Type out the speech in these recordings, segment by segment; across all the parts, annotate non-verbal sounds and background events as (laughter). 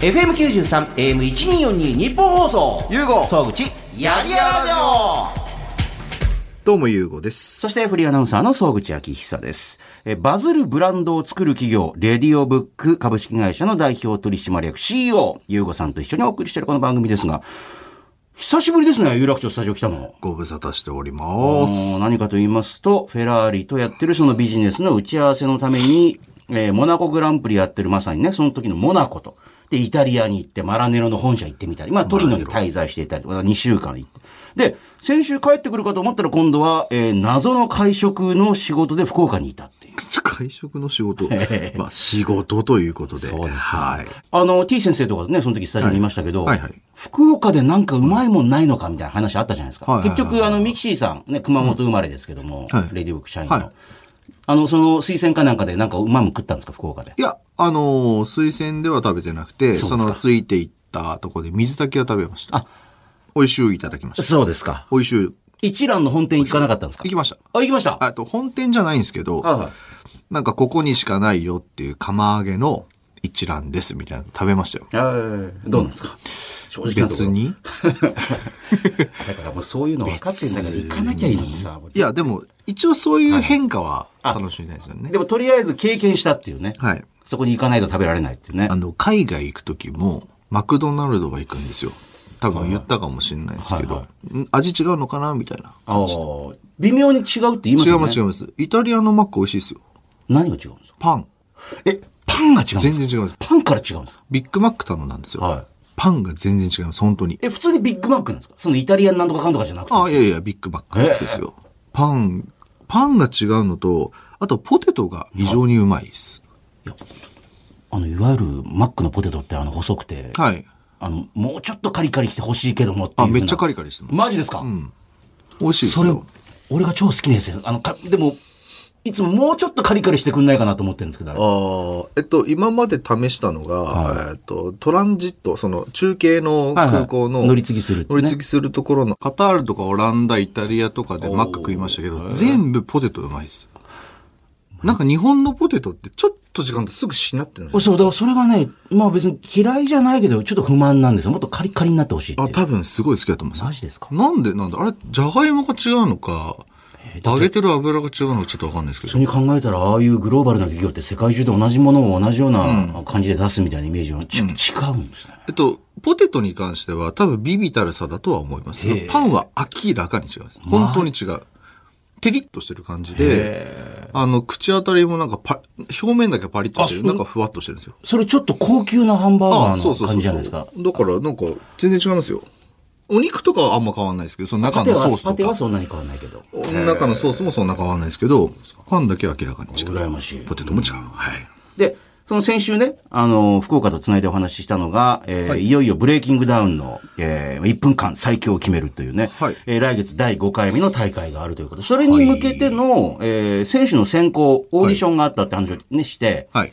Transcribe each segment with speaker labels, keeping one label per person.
Speaker 1: FM93、AM1242、日本放送。
Speaker 2: ゆうご
Speaker 1: 沢口、やりやらじょ
Speaker 2: どうもゆうごです。
Speaker 1: そしてフリーアナウンサーの総口昭久です。えバズるブランドを作る企業、レディオブック株式会社の代表取締役 CEO、ゆうごさんと一緒にお送りしているこの番組ですが、久しぶりですね、有楽町スタジオ来たの。
Speaker 2: ご無沙汰しております。
Speaker 1: あの何かと言いますと、フェラーリとやってるそのビジネスの打ち合わせのために、えーモナコグランプリやってるまさにね、その時のモナコと。で、イタリアに行って、マラネロの本社行ってみたり、まあトリノに滞在していたりとか、2週間行って。で、先週帰ってくるかと思ったら今度は、えー謎の会食の仕事で福岡にいたっていう。
Speaker 2: 会食の仕
Speaker 1: (laughs)
Speaker 2: 事。まあ、仕事ということで。そうです、はい。
Speaker 1: あの、t 先生とかね、その時スタジオにいましたけど、
Speaker 2: はいはいはい
Speaker 1: 福岡でなんかうまいもんないのかみたいな話あったじゃないですか。
Speaker 2: はいはいはい
Speaker 1: 結局、あの、ミキシーさん、ね、熊本生まれですけども、
Speaker 2: はい
Speaker 1: レディオブック社員の。
Speaker 2: はい
Speaker 1: あの、その推薦かなんかでなんかうまいもん食ったんですか、福岡で。
Speaker 2: いや、あのー推薦では食べてなくて、
Speaker 1: そうですか
Speaker 2: そのついていったとこで水炊きは食べました。
Speaker 1: あ
Speaker 2: 美味しゅういただきました。
Speaker 1: そうですか。
Speaker 2: 美味しゅう。
Speaker 1: 一蘭の本店行かなかったんですか
Speaker 2: 行きました。
Speaker 1: あ、行きました。
Speaker 2: あと、本店じゃないんですけど、
Speaker 1: はいはい
Speaker 2: なんかここにしかないよっていう釜揚げの一覧ですみたいなの食べましたよ。
Speaker 1: どうなんですか正直なとこ
Speaker 2: 別
Speaker 1: ろ。
Speaker 2: に
Speaker 1: だからもうそういうの分かってんだから行かなきゃいいのにさ。
Speaker 2: いや、でも、一応そういう変化は楽しみたいですよね。
Speaker 1: でもとりあえず経験したっていうね。
Speaker 2: はい。
Speaker 1: そこに行かないと食べられないっていうね
Speaker 2: あ。の、海外行くときも、マクドナルドは行くんですよ。多分言ったかもしれないですけど、
Speaker 1: はい
Speaker 2: ん味違うのかなみたいな。
Speaker 1: あー微妙に違うって言います
Speaker 2: 違い
Speaker 1: よ
Speaker 2: ま
Speaker 1: ね。
Speaker 2: す、違います。イタリアのマック美味しいですよ。
Speaker 1: 何が違うんですか
Speaker 2: パン。え
Speaker 1: パンが違うんです
Speaker 2: 全
Speaker 1: か
Speaker 2: 然違います。
Speaker 1: パンから違うんですか
Speaker 2: ビッグマック頼んだんですよ。
Speaker 1: はい
Speaker 2: パンが全然違います、本当に。
Speaker 1: え、普通にビッグマックなんですかそのイタリアンなんとかかんとかじゃなくて。
Speaker 2: あ、いやいや、ビッグマックですよ。パン、パンが違うのと、あとポテトが非常にうまいです。
Speaker 1: あの、いわゆるマックのポテトってあの細くて、
Speaker 2: はい。
Speaker 1: あの、もうちょっとカリカリしてほしいけどもっていう
Speaker 2: あ、
Speaker 1: ふうな。
Speaker 2: めっちゃカリカリしてます。
Speaker 1: マジですか、
Speaker 2: 美味しいです
Speaker 1: それ
Speaker 2: よ。、
Speaker 1: 俺が超好きなやつですよ。あの、か、でも、いつももうちょっとカリカリしてくんないかなと思ってるんですけど、あれ
Speaker 2: ああ、えっと、今まで試したのが、えっと、トランジット、その、中継
Speaker 1: はい
Speaker 2: の
Speaker 1: はい
Speaker 2: 空港の、
Speaker 1: 乗り継ぎするってね
Speaker 2: 乗り継ぎするところの、カタールとかオランダ、イタリアとかでマック食いましたけど、全部ポテトうまいです。なんか日本のポテトってちょっと時間ですぐしなってない
Speaker 1: そう、だからそれがね、まあ別に嫌いじゃないけど、ちょっと不満なんですよ。もっとカリカリになってほしいってい
Speaker 2: あ、
Speaker 1: う。
Speaker 2: 多分すごい好きだと思いま
Speaker 1: マ
Speaker 2: す。
Speaker 1: ジですか
Speaker 2: なんで、なんだ、あれ、じゃがいもが違うのか、揚げてる油が違うのかちょっとわかんないですけ
Speaker 1: そ
Speaker 2: ど
Speaker 1: れ。に考えたら、ああいうグローバルな企業って世界中で同じものを同じような感じで出すみたいなイメージは、ち違うんですね。
Speaker 2: えっと、ポテトに関しては多分ビビたる差だとは思います
Speaker 1: へえ。
Speaker 2: パンは明らかに違います。本当に違う。テリッとしてる感じで、あの、口当たりもなんかパリ、表面だけパリッとしてる。なんかふわっとしてるんですよ。
Speaker 1: それちょっと高級なハンバーガーの感じじゃないです
Speaker 2: だ
Speaker 1: か
Speaker 2: か。らなんか、全然違いますよ。お肉とかはあんま変わんないですけど、その中
Speaker 1: パテ
Speaker 2: の
Speaker 1: は
Speaker 2: ソース
Speaker 1: パ
Speaker 2: と
Speaker 1: テは
Speaker 2: か。
Speaker 1: そんなに変わらないけど。
Speaker 2: 中のソースもそんな変わんないですけど、パンだけは明らかに違
Speaker 1: 羨
Speaker 2: う。
Speaker 1: ましい。
Speaker 2: ポテトも違う。はい。
Speaker 1: で、その先週ね、あの、福岡とつないでお話ししたのが、えーい、よいよブレイキングダウンの、えー、1分間最強を決めるというね、
Speaker 2: はい
Speaker 1: えー来月第5回目の大会があるということ。それに向けての、えー選手の選考、オーディションがあったって話をね、して、
Speaker 2: はい。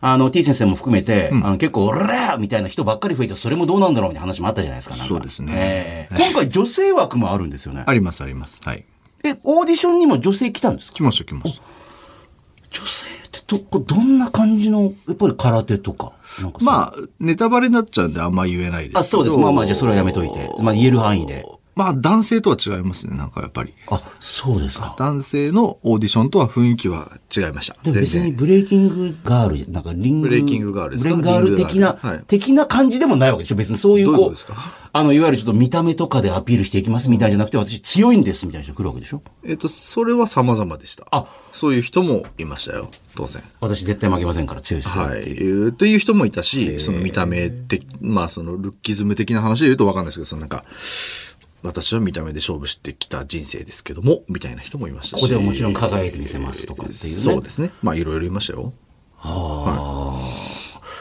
Speaker 1: あの、t 先生も含めて、あの結構、オラーみたいな人ばっかり増えて、それもどうなんだろうみたいな話もあったじゃないですか。なんか
Speaker 2: そうですね
Speaker 1: えー今回女性枠もあるんですよね。
Speaker 2: ありますあります。はい。
Speaker 1: え、オーディションにも女性来たんですか
Speaker 2: 来ました来ました。
Speaker 1: 女性ってど、こどんな感じの、やっぱり空手とか。なんかそう
Speaker 2: まあ、ネタバレになっちゃうんであんま言えないですけど。
Speaker 1: あ、そうです。まあまあ、じゃあそれはやめといて。まあ言える範囲で。
Speaker 2: まあ、男性とは違いますね、なんかやっぱり。
Speaker 1: あ、そうですか。
Speaker 2: 男性のオーディションとは雰囲気は違いました。
Speaker 1: でも
Speaker 2: 全
Speaker 1: 別に
Speaker 2: 然。
Speaker 1: ブレイキングガール、なんかリング。
Speaker 2: ブレイキングガールですか
Speaker 1: ブレイキングガール的な
Speaker 2: リングガールはい、
Speaker 1: 的な感じでもないわけでしょ。別にそういう
Speaker 2: どういうこ
Speaker 1: こと
Speaker 2: ですか
Speaker 1: う、あの、いわゆるちょっと見た目とかでアピールしていきますみたいじゃなくて、私強いんですみたいな人来るわけでしょ。
Speaker 2: えっと、それは様々でした。
Speaker 1: あ
Speaker 2: そういう人もいましたよ、当然。
Speaker 1: 私絶対負けませんから強いですよ。
Speaker 2: はい。いうという人もいたし、その見た目的、まあ、そのルッキズム的な話で言うとわかんないですけど、そのなんか、私は見た目で勝負してきた人生ですけども、みたいな人もいましたし。
Speaker 1: ここでもちろん輝いてみせますとかっていうね
Speaker 2: そうですね。まあ、いろいろいましたよ。は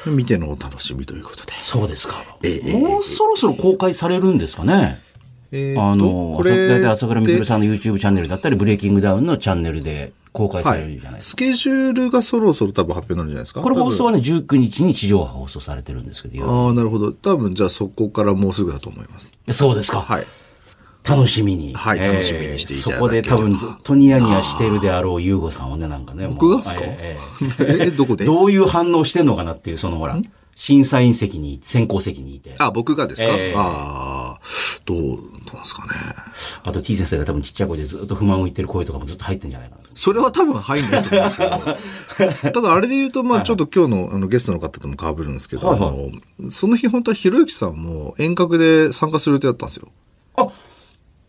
Speaker 2: い。見てのお楽しみということで。
Speaker 1: そうですか。
Speaker 2: ええ
Speaker 1: もうそろそろ公開されるんですかね。
Speaker 2: えーと
Speaker 1: あの、
Speaker 2: こ
Speaker 1: 朝
Speaker 2: れ
Speaker 1: 大体朝倉みくる
Speaker 2: ん
Speaker 1: さんの YouTube チャンネルだったり、ブレイキングダウンのチャンネルで公開さ
Speaker 2: は
Speaker 1: れるじゃない
Speaker 2: い。
Speaker 1: ですか。
Speaker 2: スケジュールがそろそろ多分発表になるんじゃないですか。
Speaker 1: これ放送
Speaker 2: 多
Speaker 1: はね、19日に地上波放送されてるんですけど、夜
Speaker 2: 分ああ、なるほど。多分じゃあそこからもうすぐだと思います。
Speaker 1: そうですか。 (laughs)
Speaker 2: はい。
Speaker 1: 楽しみに。
Speaker 2: はい楽しみにしていただければ
Speaker 1: そこで多分ずっとニヤニヤしているであろう優吾さんをね、なんかね。もう
Speaker 2: 僕がっすか
Speaker 1: えええ
Speaker 2: え、どこ
Speaker 1: え
Speaker 2: で
Speaker 1: どういう反応してんのかなっていう、そのほら、審査員席に、選考席にいて。
Speaker 2: あ、僕がですか、
Speaker 1: ええ
Speaker 2: ああ、どうなんですかね。
Speaker 1: あと T 先生が多分ちっちゃい声でずっと不満を言ってる声とかもずっと入ってんじゃないかなと。
Speaker 2: それは多分入んないと思います
Speaker 1: (laughs)
Speaker 2: けど。ただあれで言うと、まあちょっと今日のあのゲストの方とも被るんですけど、
Speaker 1: はいはい
Speaker 2: あのその日本当はひろゆきさんも遠隔で参加する予定だったんですよ。
Speaker 1: あ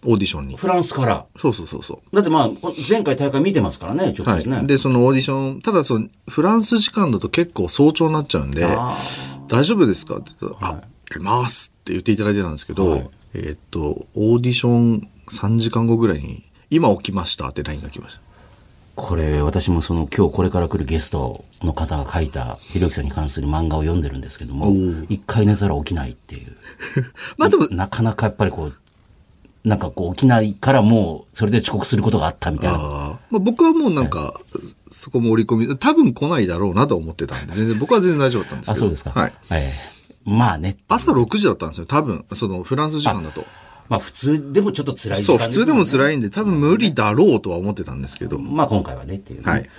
Speaker 2: オーディションに。
Speaker 1: フランスから。
Speaker 2: そうそうそうそう。
Speaker 1: だってまあ、こ前回大会見てますからね、ちょっと
Speaker 2: は
Speaker 1: ですね。
Speaker 2: い。で、そのオーディション、ただその、フランス時間だと結構早朝になっちゃうんで、
Speaker 1: あ
Speaker 2: 大丈夫ですかって言ったら、
Speaker 1: はい
Speaker 2: あ、やりますって言っていただいてたんですけど、
Speaker 1: はい
Speaker 2: えーっと、オーディション3時間後ぐらいに、今起きましたって LINE が来ました。
Speaker 1: これ、私もその今日これから来るゲストの方が書いた、ひろゆきさんに関する漫画を読んでるんですけども
Speaker 2: おー、
Speaker 1: 一回寝たら起きないっていう。
Speaker 2: まあでも、
Speaker 1: なかなかやっぱりこう、なんかこう起きないからもう、それで遅刻することがあったみたいな。
Speaker 2: あーまあ、僕はもうなんか、そこも織り込み、多分来ないだろうなと思ってたんで、全然、僕は全然大丈夫だったんですけど。
Speaker 1: あ、そうですか。
Speaker 2: はい。
Speaker 1: ええまあね。
Speaker 2: 朝6時だったんですよ、多分。その、フランス時間だと。
Speaker 1: まあ普通でもちょっと辛い時
Speaker 2: そう、
Speaker 1: 間
Speaker 2: 普通でも
Speaker 1: い。
Speaker 2: 辛いんで、多分無理だろうとは思ってたんですけど。
Speaker 1: まあ今回はねっていう、ね。
Speaker 2: はい。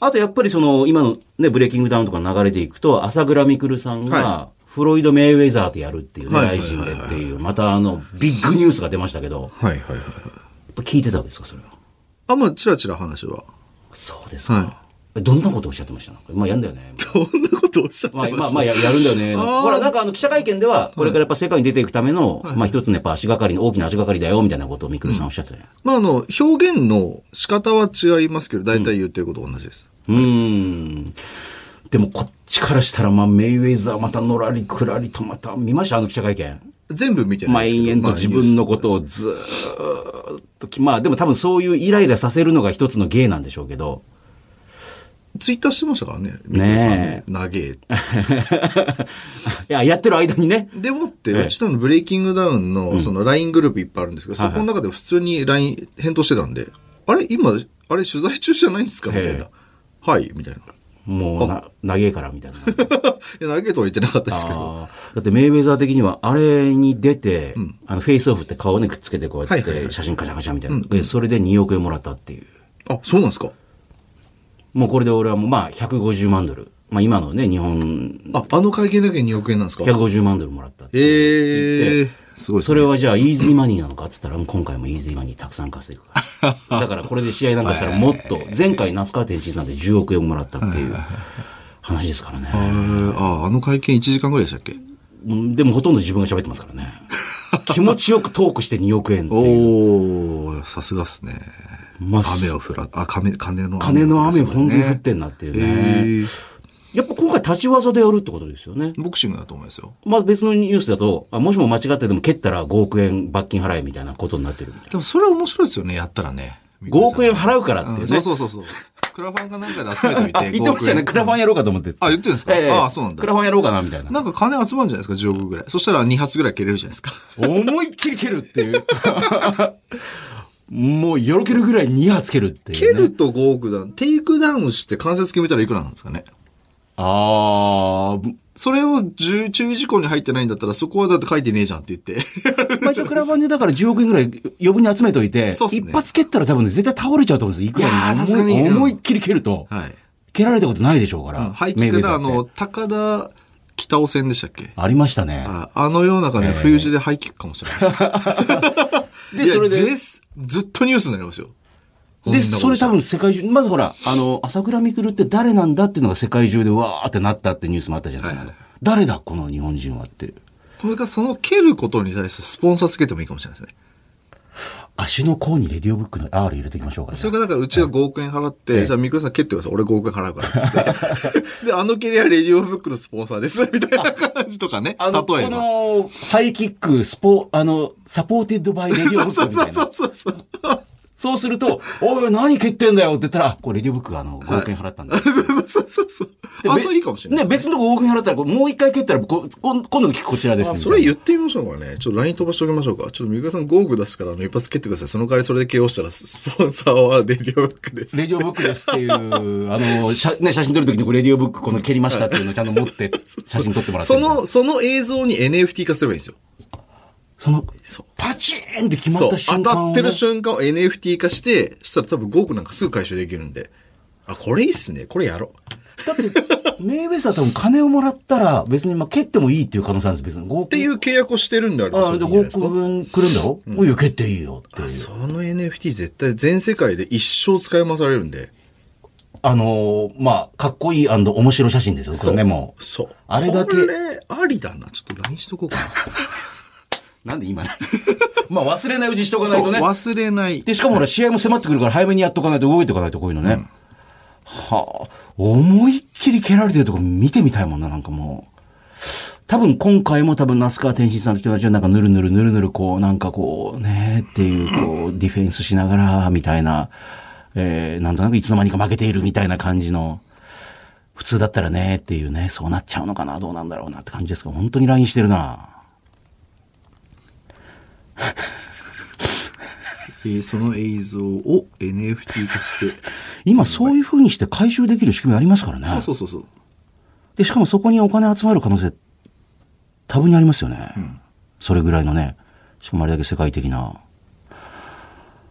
Speaker 1: あとやっぱりその、今のね、ブレイキングダウンとか流れていくと、朝倉未来さん
Speaker 2: は
Speaker 1: が、フロイド・メイウェザーとやるっていうね、
Speaker 2: はいはい
Speaker 1: 大臣でっていう、またあの、ビッグニュースが出ましたけど、
Speaker 2: はいはいはいはい。
Speaker 1: やっぱ聞いてたわけですか、それは。
Speaker 2: あ、まあ、ちらちら話は。
Speaker 1: そうですか。
Speaker 2: は
Speaker 1: どんなことをおっしゃってましたなんかまあやんだよね。
Speaker 2: (laughs) そんなことおっしゃって
Speaker 1: ま
Speaker 2: ま
Speaker 1: あ、
Speaker 2: した。
Speaker 1: まあ、まあや、やるんだよね。
Speaker 2: あー
Speaker 1: ほら、なんかあの、記者会見では、これからやっぱ世界に出ていくための、まあ一つのやっぱ足がかりの、大きな足がかりだよ、みたいなことをみくるさんおっしゃってたじゃないですか。
Speaker 2: まあ、あの、表現の仕方は違いますけど、大体言ってること同じです。
Speaker 1: うーん。でもこっちからしたら、まあ、メイウェザーまたのらりくらりとまた、見ましたあの記者会見。
Speaker 2: 全部見て
Speaker 1: ま
Speaker 2: な
Speaker 1: あ、
Speaker 2: いです
Speaker 1: 延
Speaker 2: けど。
Speaker 1: 々と自分のことをずーっとき、まあでも多分そういうイライラさせるのが一つの芸なんでしょうけ
Speaker 2: (laughs)
Speaker 1: ど、
Speaker 2: ツイッターしてましたからね、み
Speaker 1: ねえ
Speaker 2: さんね。長
Speaker 1: (laughs)
Speaker 2: え。
Speaker 1: いや、やってる間にね、
Speaker 2: でもって、うちらのブレイキングダウンの、その LINE グループいっぱいあるんですけど、そこの中で普通に LINE 返答してたんで、あれ今、あれ取材中じゃないんですかみたい
Speaker 1: え
Speaker 2: な。はい、みたいな。 (laughs)
Speaker 1: もうな、長えからみたいな。
Speaker 2: いや、投げとは言ってなかったですけど。
Speaker 1: あーだってメイウェザー的には、あれに出て、あの、フェイスオフって顔をね、くっつけてこうやっ
Speaker 2: はいはいは
Speaker 1: て、
Speaker 2: い
Speaker 1: 写真カシャカシャみたいな。で、それで2億円もらったっていう。
Speaker 2: あ、そうなんですか
Speaker 1: もうこれで俺はもう、まあ、150万ドル。まあ、今のね、日本、
Speaker 2: あ、あの会見だけ2億円なんですか
Speaker 1: 150万ドルもらったっていう
Speaker 2: ええー、すごいですね
Speaker 1: それはじゃあイージーマニーなのかって言ったら、うん今回もイージーマニーたくさん稼ぐ (laughs) から。だからこれで試合なんかしたらもっと、前回那須川天心さんで10億円もらったっていう話ですから
Speaker 2: え
Speaker 1: ね。
Speaker 2: ーあ、あの会見1時間ぐらいでしたっけ
Speaker 1: うんでもほとんど自分が喋ってますから (laughs) ね。気持ちよくトークして2億円っていう。
Speaker 2: おー、さすがっすね。
Speaker 1: まあ
Speaker 2: 雨を降ら、あ、金、金の雨。
Speaker 1: 金の雨本当に降ってんなっていうね。
Speaker 2: えー
Speaker 1: やっぱ今回立ち技でやるってことですよね。
Speaker 2: ボクシングだと思いますよ。
Speaker 1: まあ別のニュースだと、あもしも間違ってでも蹴ったら5億円罰金払えみたいなことになってるみたい
Speaker 2: でもそれは面白いですよね、やったらね。
Speaker 1: な。5億円払うからっていうね。
Speaker 2: うんそうそうそうそう。クラファンかなんかで集めておいて。 (laughs)
Speaker 1: あ言ってましたよね。クラファンやろうかと思って。
Speaker 2: あ言ってるんですかあそうなんだ
Speaker 1: クラファンやろうかな、みたいな。
Speaker 2: なんか金集まるんじゃないですか、10億ぐらい。そしたら2発ぐらい蹴れるじゃないですか。
Speaker 1: 思いっきり蹴るっていう。 (laughs) もう、よろけるぐらい2発蹴るっていう、ね。
Speaker 2: (laughs) 蹴ると5億だ。テイクダウンして関節決めたらいくらなんですかね。
Speaker 1: あー。
Speaker 2: それを重注意事項に入ってないんだったら、そこはだって書いてねえじゃんって言って。
Speaker 1: まあ、一応クラファンでだから10億円ぐらい余分に集めといて、
Speaker 2: そうっすね
Speaker 1: 一発蹴ったら多分ね、絶対倒れちゃうと思うんですよ。いくら
Speaker 2: いやー
Speaker 1: も
Speaker 2: さすがにうん
Speaker 1: 思いっきり蹴ると、
Speaker 2: はい。
Speaker 1: 蹴られたことないでしょうから。
Speaker 2: ハイキ
Speaker 1: メイ
Speaker 2: ッ
Speaker 1: ウェ
Speaker 2: ク
Speaker 1: ザ
Speaker 2: だ、
Speaker 1: ー
Speaker 2: あ
Speaker 1: って
Speaker 2: の、高田北尾戦でしたっけ
Speaker 1: ありましたね。
Speaker 2: ああのような感じで、冬地でハイキックかもしれないです。
Speaker 1: で、
Speaker 2: いや
Speaker 1: それ (laughs) で。
Speaker 2: ぜずっとニュースになりますよ。
Speaker 1: で、
Speaker 2: こんなこと
Speaker 1: それ多分世界中、まずほら、あの、朝倉未来って誰なんだっていうのが世界中でわーってなったってニュースもあったじゃないですか。誰だ、この日本人はっていう。
Speaker 2: これがその蹴ることに対してスポンサーつけてもいいかもしれないで
Speaker 1: (laughs)
Speaker 2: すね。
Speaker 1: 足の甲にレディオブックの R 入れておきましょうかね。
Speaker 2: それがだからうちが5億円払って、じゃあミクルさん蹴ってください。俺5億円払うからっつ
Speaker 1: (laughs)
Speaker 2: って。で、あの蹴りはレディオブックのスポンサーです。みたいな感じとかね。例
Speaker 1: あの、こ
Speaker 2: えば。
Speaker 1: の、ハイキック、スポ、あの、サポーテッドバイレディオブック
Speaker 2: そう
Speaker 1: みた
Speaker 2: そ
Speaker 1: いうな。
Speaker 2: そうそうそう。
Speaker 1: そうすると、おい、何蹴ってんだよって言ったら、あこれレディオブックがあの、5億円払ったんだ。
Speaker 2: そうそうそうそう。
Speaker 1: で
Speaker 2: あ、
Speaker 1: べ
Speaker 2: それいいかもしれない
Speaker 1: ね、
Speaker 2: です
Speaker 1: 別のとこ5億円払ったら、これもう一回蹴ったら、ここん今度のこちらです
Speaker 2: あ
Speaker 1: ね。
Speaker 2: それ言ってみましょうかね。ちょっと LINE 飛ばしておきましょうか。ちょっとミクルさん5億出すからあの一発蹴ってください。その代わりそれで KO したらスポンサーはレディオブッ
Speaker 1: (laughs)
Speaker 2: クです。
Speaker 1: レディオブックですっていう、 (laughs) あの、写,、ね、写真撮るときにこれレディオブックこの蹴りましたっていうのをちゃんと持 (laughs) って写真撮ってもらって。
Speaker 2: そ、の、その映像に NFT 化すればいいんですよ。
Speaker 1: その
Speaker 2: そう、
Speaker 1: パチーンって決ま
Speaker 2: そ
Speaker 1: っ
Speaker 2: う
Speaker 1: た、
Speaker 2: 当
Speaker 1: 瞬間
Speaker 2: た
Speaker 1: を
Speaker 2: っ
Speaker 1: ね
Speaker 2: てる瞬間を NFT 化して、したら多分5億なんかすぐ回収できるんで。あ、これいいっすね。これやろ
Speaker 1: (laughs)
Speaker 2: う。
Speaker 1: メイウェザー多分金をもらったら、別にまあ蹴ってもいいっていう可能性あるんです、別に。5億
Speaker 2: ていう契約をしてるんであれば
Speaker 1: あ
Speaker 2: そ
Speaker 1: あ、
Speaker 2: れ
Speaker 1: で、
Speaker 2: でいいんじゃない
Speaker 1: 5億
Speaker 2: ですか
Speaker 1: 分くるんだろうん、いや、蹴っていいよっていう。
Speaker 2: その NFT 絶対全世界で一生使い回されるんで。
Speaker 1: あのーまあ、かっこいい面白い写真ですよ、これね、もう。
Speaker 2: そう。
Speaker 1: あれだけ
Speaker 2: これ、ありだな。ちょっと LINE しとこ
Speaker 1: (laughs)
Speaker 2: うかな。
Speaker 1: なんで今 (laughs) ね。まあ、忘れないうちにしとかない
Speaker 2: そ
Speaker 1: と
Speaker 2: う、
Speaker 1: ね。
Speaker 2: 忘れない。
Speaker 1: で、しかもほら、試合も迫ってくるから早めにやっとかないと動いていかないと、こういうのね。はあ、思いっきり蹴られてるとこ見てみたいもんな、なんかもう。多分今回も多分那須川天心さんと同じようになんかぬるぬるぬるぬるこうなんかこうねっていうこ
Speaker 2: (coughs)
Speaker 1: うディフェンスしながらみたいな、えー、なんとなくいつの間にか負けているみたいな感じの普通だったらねっていうねそうなっちゃうのかなどうなんだろうなって感じですけど本当に LINE してるな
Speaker 2: えーその映像を NFT 化して。
Speaker 1: 今そういう風にして回収できる仕組みありますからね
Speaker 2: そうそうそうそう。
Speaker 1: で、しかもそこにお金集まる可能性、多分にありますよね。それぐらいのね。しかもあれだけ世界的な。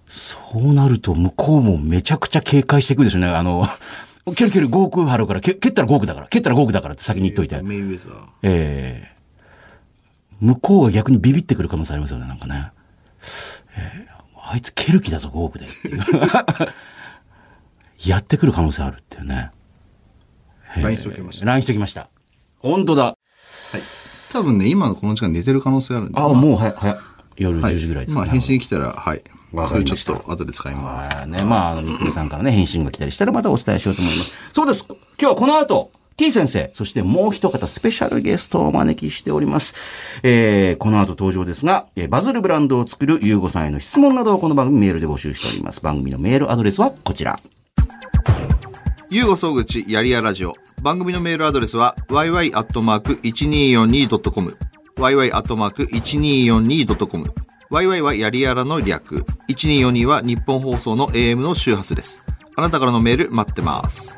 Speaker 1: そうなると、向こうもめちゃくちゃ警戒していくでしょうね。あの、 (laughs) 蹴る蹴る5億払うから、蹴蹴ったら5億だから、蹴ったら5億だからって先に言っといて。
Speaker 2: メイウェザー。
Speaker 1: ええ向こうは逆にビビってくる可能性ありますよね、なんかね。ええあいつ蹴る気だぞ、5億で (laughs) っていう。やってくる可能性あるっていうね。
Speaker 2: LINE しときました。
Speaker 1: 乱してきました。本当だ。
Speaker 2: 多分ね、今のこの時間寝てる可能性あるんで。
Speaker 1: あ、もう、はや、はや、夜
Speaker 2: はい
Speaker 1: 10時ぐらいです
Speaker 2: ま
Speaker 1: か
Speaker 2: あ、
Speaker 1: ね。
Speaker 2: 返信来たら、はい。
Speaker 1: わ
Speaker 2: そ
Speaker 1: かり
Speaker 2: れ
Speaker 1: ま
Speaker 2: ち
Speaker 1: した
Speaker 2: ょっと後で使いま
Speaker 1: あ
Speaker 2: す
Speaker 1: ー。ね、まあ、あの、みくりさんからね、返信が来たりしたら、またお伝えしようと思います。そうです。今日はこの後、T 先生、そしてもう一方、スペシャルゲストをお招きしております。えー、この後登場ですが、えーバズるブランドを作るゆうごさんへの質問などをこの番組メールで募集しております。番組のメールアドレスはこちら。
Speaker 2: ゆうご総口やりやラジオ。番組のメールアドレスは、yy.1242.com。yy.1242.com。yy はやりやらの略。1242は日本放送の AM の周波数です。あなたからのメール待ってます。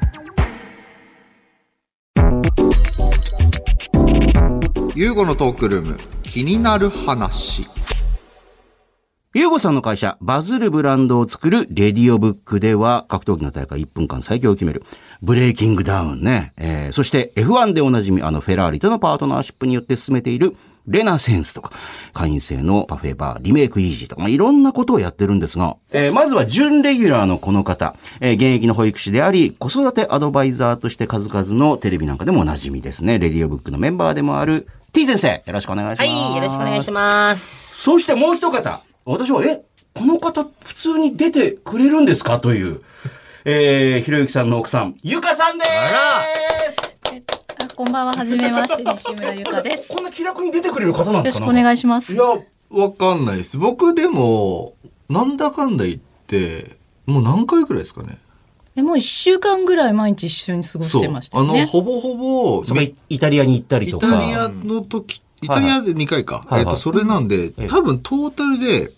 Speaker 2: ゆうごのトークルーム、気になる話。
Speaker 1: ゆうごさんの会社、バズるブランドを作るレディオブックでは、格闘技の大会1分間最強を決める、ブレイキングダウンね。えー、そして F1 でおなじみ、あのフェラーリとのパートナーシップによって進めている、レナセンスとか、会員制のパフェバー、リメイクイージーとか、まあ、いろんなことをやってるんですが、えー、まずは準レギュラーのこの方、えー、現役の保育士であり、子育てアドバイザーとして数々のテレビなんかでもおなじみですね。レディオブックのメンバーでもある、T 先生、よろしくお願いします。
Speaker 3: はい、よろしくお願いします。
Speaker 1: そしてもう一方、私は、え、この方、普通に出てくれるんですかという、えー、ひろゆきさんの奥さん、ゆかさんです
Speaker 4: あこんばんは、はじめまして、西村ゆかです。よ
Speaker 1: こんな気楽に出てくれる方なんで
Speaker 4: ろ
Speaker 1: す
Speaker 4: し
Speaker 1: か
Speaker 4: くお願
Speaker 1: い。
Speaker 4: いします
Speaker 2: いや。、わかんないです。僕でも、なんだかんだ言って、もう何回くらいですかね。
Speaker 4: えもう一週間ぐらい毎日一緒に過ごしてました
Speaker 2: あ
Speaker 4: よ
Speaker 2: の、
Speaker 4: ね。
Speaker 2: ほぼほぼ、
Speaker 1: それからイタリアに行ったり
Speaker 2: イ
Speaker 1: と
Speaker 2: タ
Speaker 1: か。
Speaker 2: リアの時、イ
Speaker 1: は
Speaker 2: タ
Speaker 1: いはい
Speaker 2: リアで2回
Speaker 1: は
Speaker 2: か。
Speaker 1: いはい
Speaker 2: えっと、それなんで、
Speaker 1: ええ
Speaker 2: 多分トータルで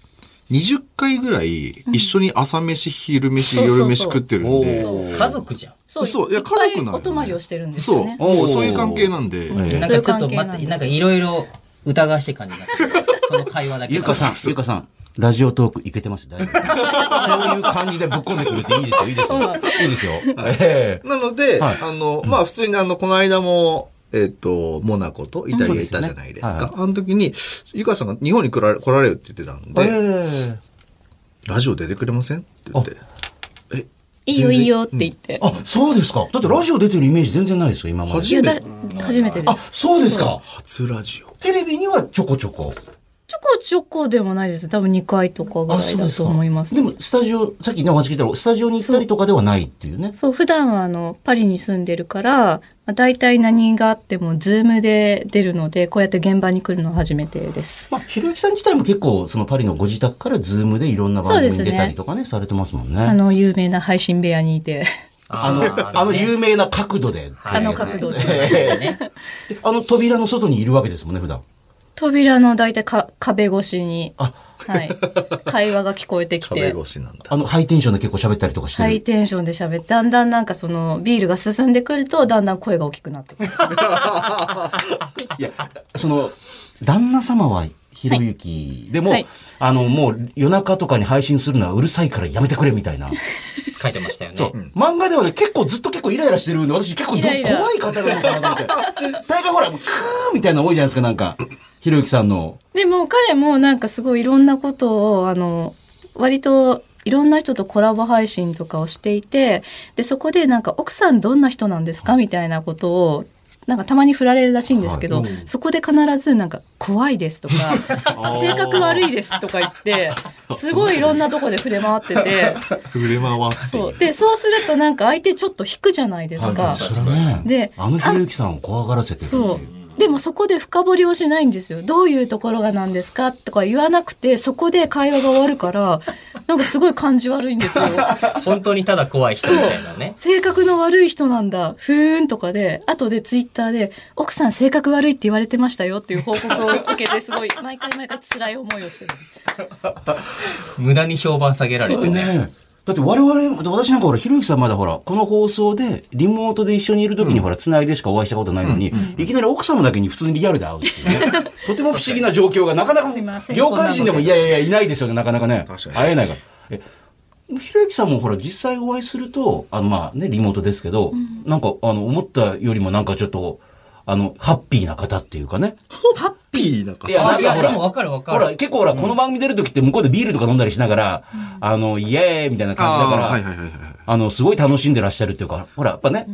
Speaker 2: 20回ぐらい一緒に朝飯、昼飯、
Speaker 4: そうそうそう
Speaker 2: 夜飯食ってるん
Speaker 1: お
Speaker 2: で、
Speaker 1: ー
Speaker 3: 家族じゃん。
Speaker 4: そう
Speaker 2: そういや
Speaker 4: っぱ
Speaker 2: 家族なの
Speaker 4: お泊まりをしてるんです
Speaker 2: そ
Speaker 4: よ
Speaker 2: う、
Speaker 4: ね。
Speaker 1: おー
Speaker 2: そういう関係なんで、
Speaker 1: ええ
Speaker 3: なんかちょっと
Speaker 4: そうい
Speaker 3: 待
Speaker 4: う関係な
Speaker 3: って、
Speaker 4: んです
Speaker 3: なんかいろいろ疑わしい感じだった。その会話だけ。
Speaker 1: ゆかさん、ゆかさん。ラジオトークいけてます大丈夫そういう感じでぶっ込んでくるっていいですよ、いいですよ。いいですよ。ええ
Speaker 2: なので、
Speaker 1: はい
Speaker 2: あの、まあ、普通にあの、この間も、えっ、と、モナコとイタ
Speaker 1: そう
Speaker 2: リア
Speaker 1: で
Speaker 2: い
Speaker 1: すよ
Speaker 2: た
Speaker 1: ね
Speaker 2: じゃないです
Speaker 1: はい
Speaker 2: か。あの時に、ゆかさんが日本に来られ来られるって言ってたんで、
Speaker 1: え
Speaker 2: ラジオ出てくれませんって言って。
Speaker 4: いいよいいよって言って
Speaker 1: え。あ、そうですか。だってラジオ出てるイメージ全然ないですよ、今まで。
Speaker 4: い
Speaker 2: 初め
Speaker 4: やだ
Speaker 2: て、
Speaker 4: 初めてで
Speaker 1: あ、
Speaker 4: す。
Speaker 1: そうですか。
Speaker 2: 初ラジオ。
Speaker 1: テレビにはちょこちょこ。
Speaker 4: ちょこちょこでもないです。多分二回とかぐらいだと思います。
Speaker 1: でも、スタジオ、さっきね、お話聞いたら、スタジオに行ったりとかではないっていうね。
Speaker 4: そう、普段はあの、パリに住んでるから、まあ、大体何があっても、ズームで出るので、こうやって現場に来るのは初めてです。
Speaker 1: まあ、ひろゆきさん自体も結構、そのパリのご自宅からズームでいろんな番組に出たりとかね、されてますもんね。
Speaker 4: あの、有名な配信部屋にいて。 (laughs)
Speaker 1: あの、あの有名な角度で。
Speaker 4: あの角度で
Speaker 1: で。あの扉の外にいるわけですもんね、普段。
Speaker 4: 扉の大体か壁越しに、
Speaker 1: あ
Speaker 4: はい、会話が聞こえ
Speaker 2: (laughs)
Speaker 4: てき
Speaker 2: 壁
Speaker 4: て、
Speaker 2: 越しなんだ。
Speaker 1: あの、ハイテンションで結構喋ったりとかしてる。
Speaker 4: ハイテンションで喋って、だんだんなんかそのビールが進んでくると、だんだん声が大きくなってくる。
Speaker 1: いや、その、旦那様はひろゆき。でも、
Speaker 4: はい
Speaker 1: あの、もう夜中とかに配信するのはうるさいからやめてくれみたいな。
Speaker 3: 書いてましたよね。
Speaker 1: そう。漫画ではね、結構ずっと結構イライラしてるんで、私結構ど
Speaker 4: イライラ
Speaker 1: 怖い方なのかなと思っ
Speaker 4: (laughs)
Speaker 1: て。大概ほら、もうクーみたいなの多いじゃないですか、なんか。ひろゆきさんの。
Speaker 4: でも彼もなんかすごいいろんなことをあの割といろんな人とコラボ配信とかをしていてでそこでなんか奥さんどんな人なんですかみたいなことをなんかたまに振られるらしいんですけど、そこで必ずなんか怖いですとか性格悪いですとか言ってすごいいろんなとこで触れ回ってて
Speaker 2: 触れ回って。
Speaker 4: そうでそうするとなんか相手ちょっと引くじゃないですか。
Speaker 1: それね。
Speaker 4: で
Speaker 1: あのひろゆきさんを怖がらせてるってい
Speaker 4: そう。でもそこで深掘りをしないんですよ。どういうところがなんですかとか言わなくて、そこで会話が終わるから、なんかすごい感じ悪いん (laughs) ですよ。
Speaker 3: 本当にただ怖い人みたいなね。
Speaker 4: 性格の悪い人なんだ。ふーんとかで、後でツイッターで、奥さん性格悪いって言われてましたよっていう報告を受けて、すごい、毎回毎回辛い思いをしてる。
Speaker 3: 無駄に評判下げられ
Speaker 1: そ
Speaker 3: て
Speaker 1: う
Speaker 3: ね。
Speaker 1: ね。だって我々、私なんかほら、ひろゆきさんまだほら、この放送で、リモートで一緒にいる時にほら、つないでしかお会いしたことないのに、いきなり奥様だけに普通にリアルで会うっていうね。とても不思議な状況が、なかな
Speaker 4: すいま
Speaker 1: か、
Speaker 4: せん
Speaker 1: 業界人でもいやいやいや、いないですよね、なかなかね。
Speaker 2: 確かに
Speaker 1: 会えないから。えひろゆきさんもほら、実際お会いすると、あの、まあね、リモートですけど、なんか、あの、思ったよりもなんかちょっと、あの、ハッピーな方っていうかね。
Speaker 2: ハッピーな方。
Speaker 1: いや
Speaker 3: あ
Speaker 1: なん
Speaker 3: い
Speaker 1: か
Speaker 3: や、
Speaker 1: ほ
Speaker 3: で
Speaker 1: ら
Speaker 3: もわかるわか
Speaker 1: ほら、
Speaker 3: る。
Speaker 1: 結構ほら、この番組出る時って向こうでビールとか飲んだりしながら、あの、イエーイみたいな感じだから、
Speaker 2: あーはいはいはいはい。
Speaker 1: あの、すごい楽しんでらっしゃるっていうか、ほら、やっぱね、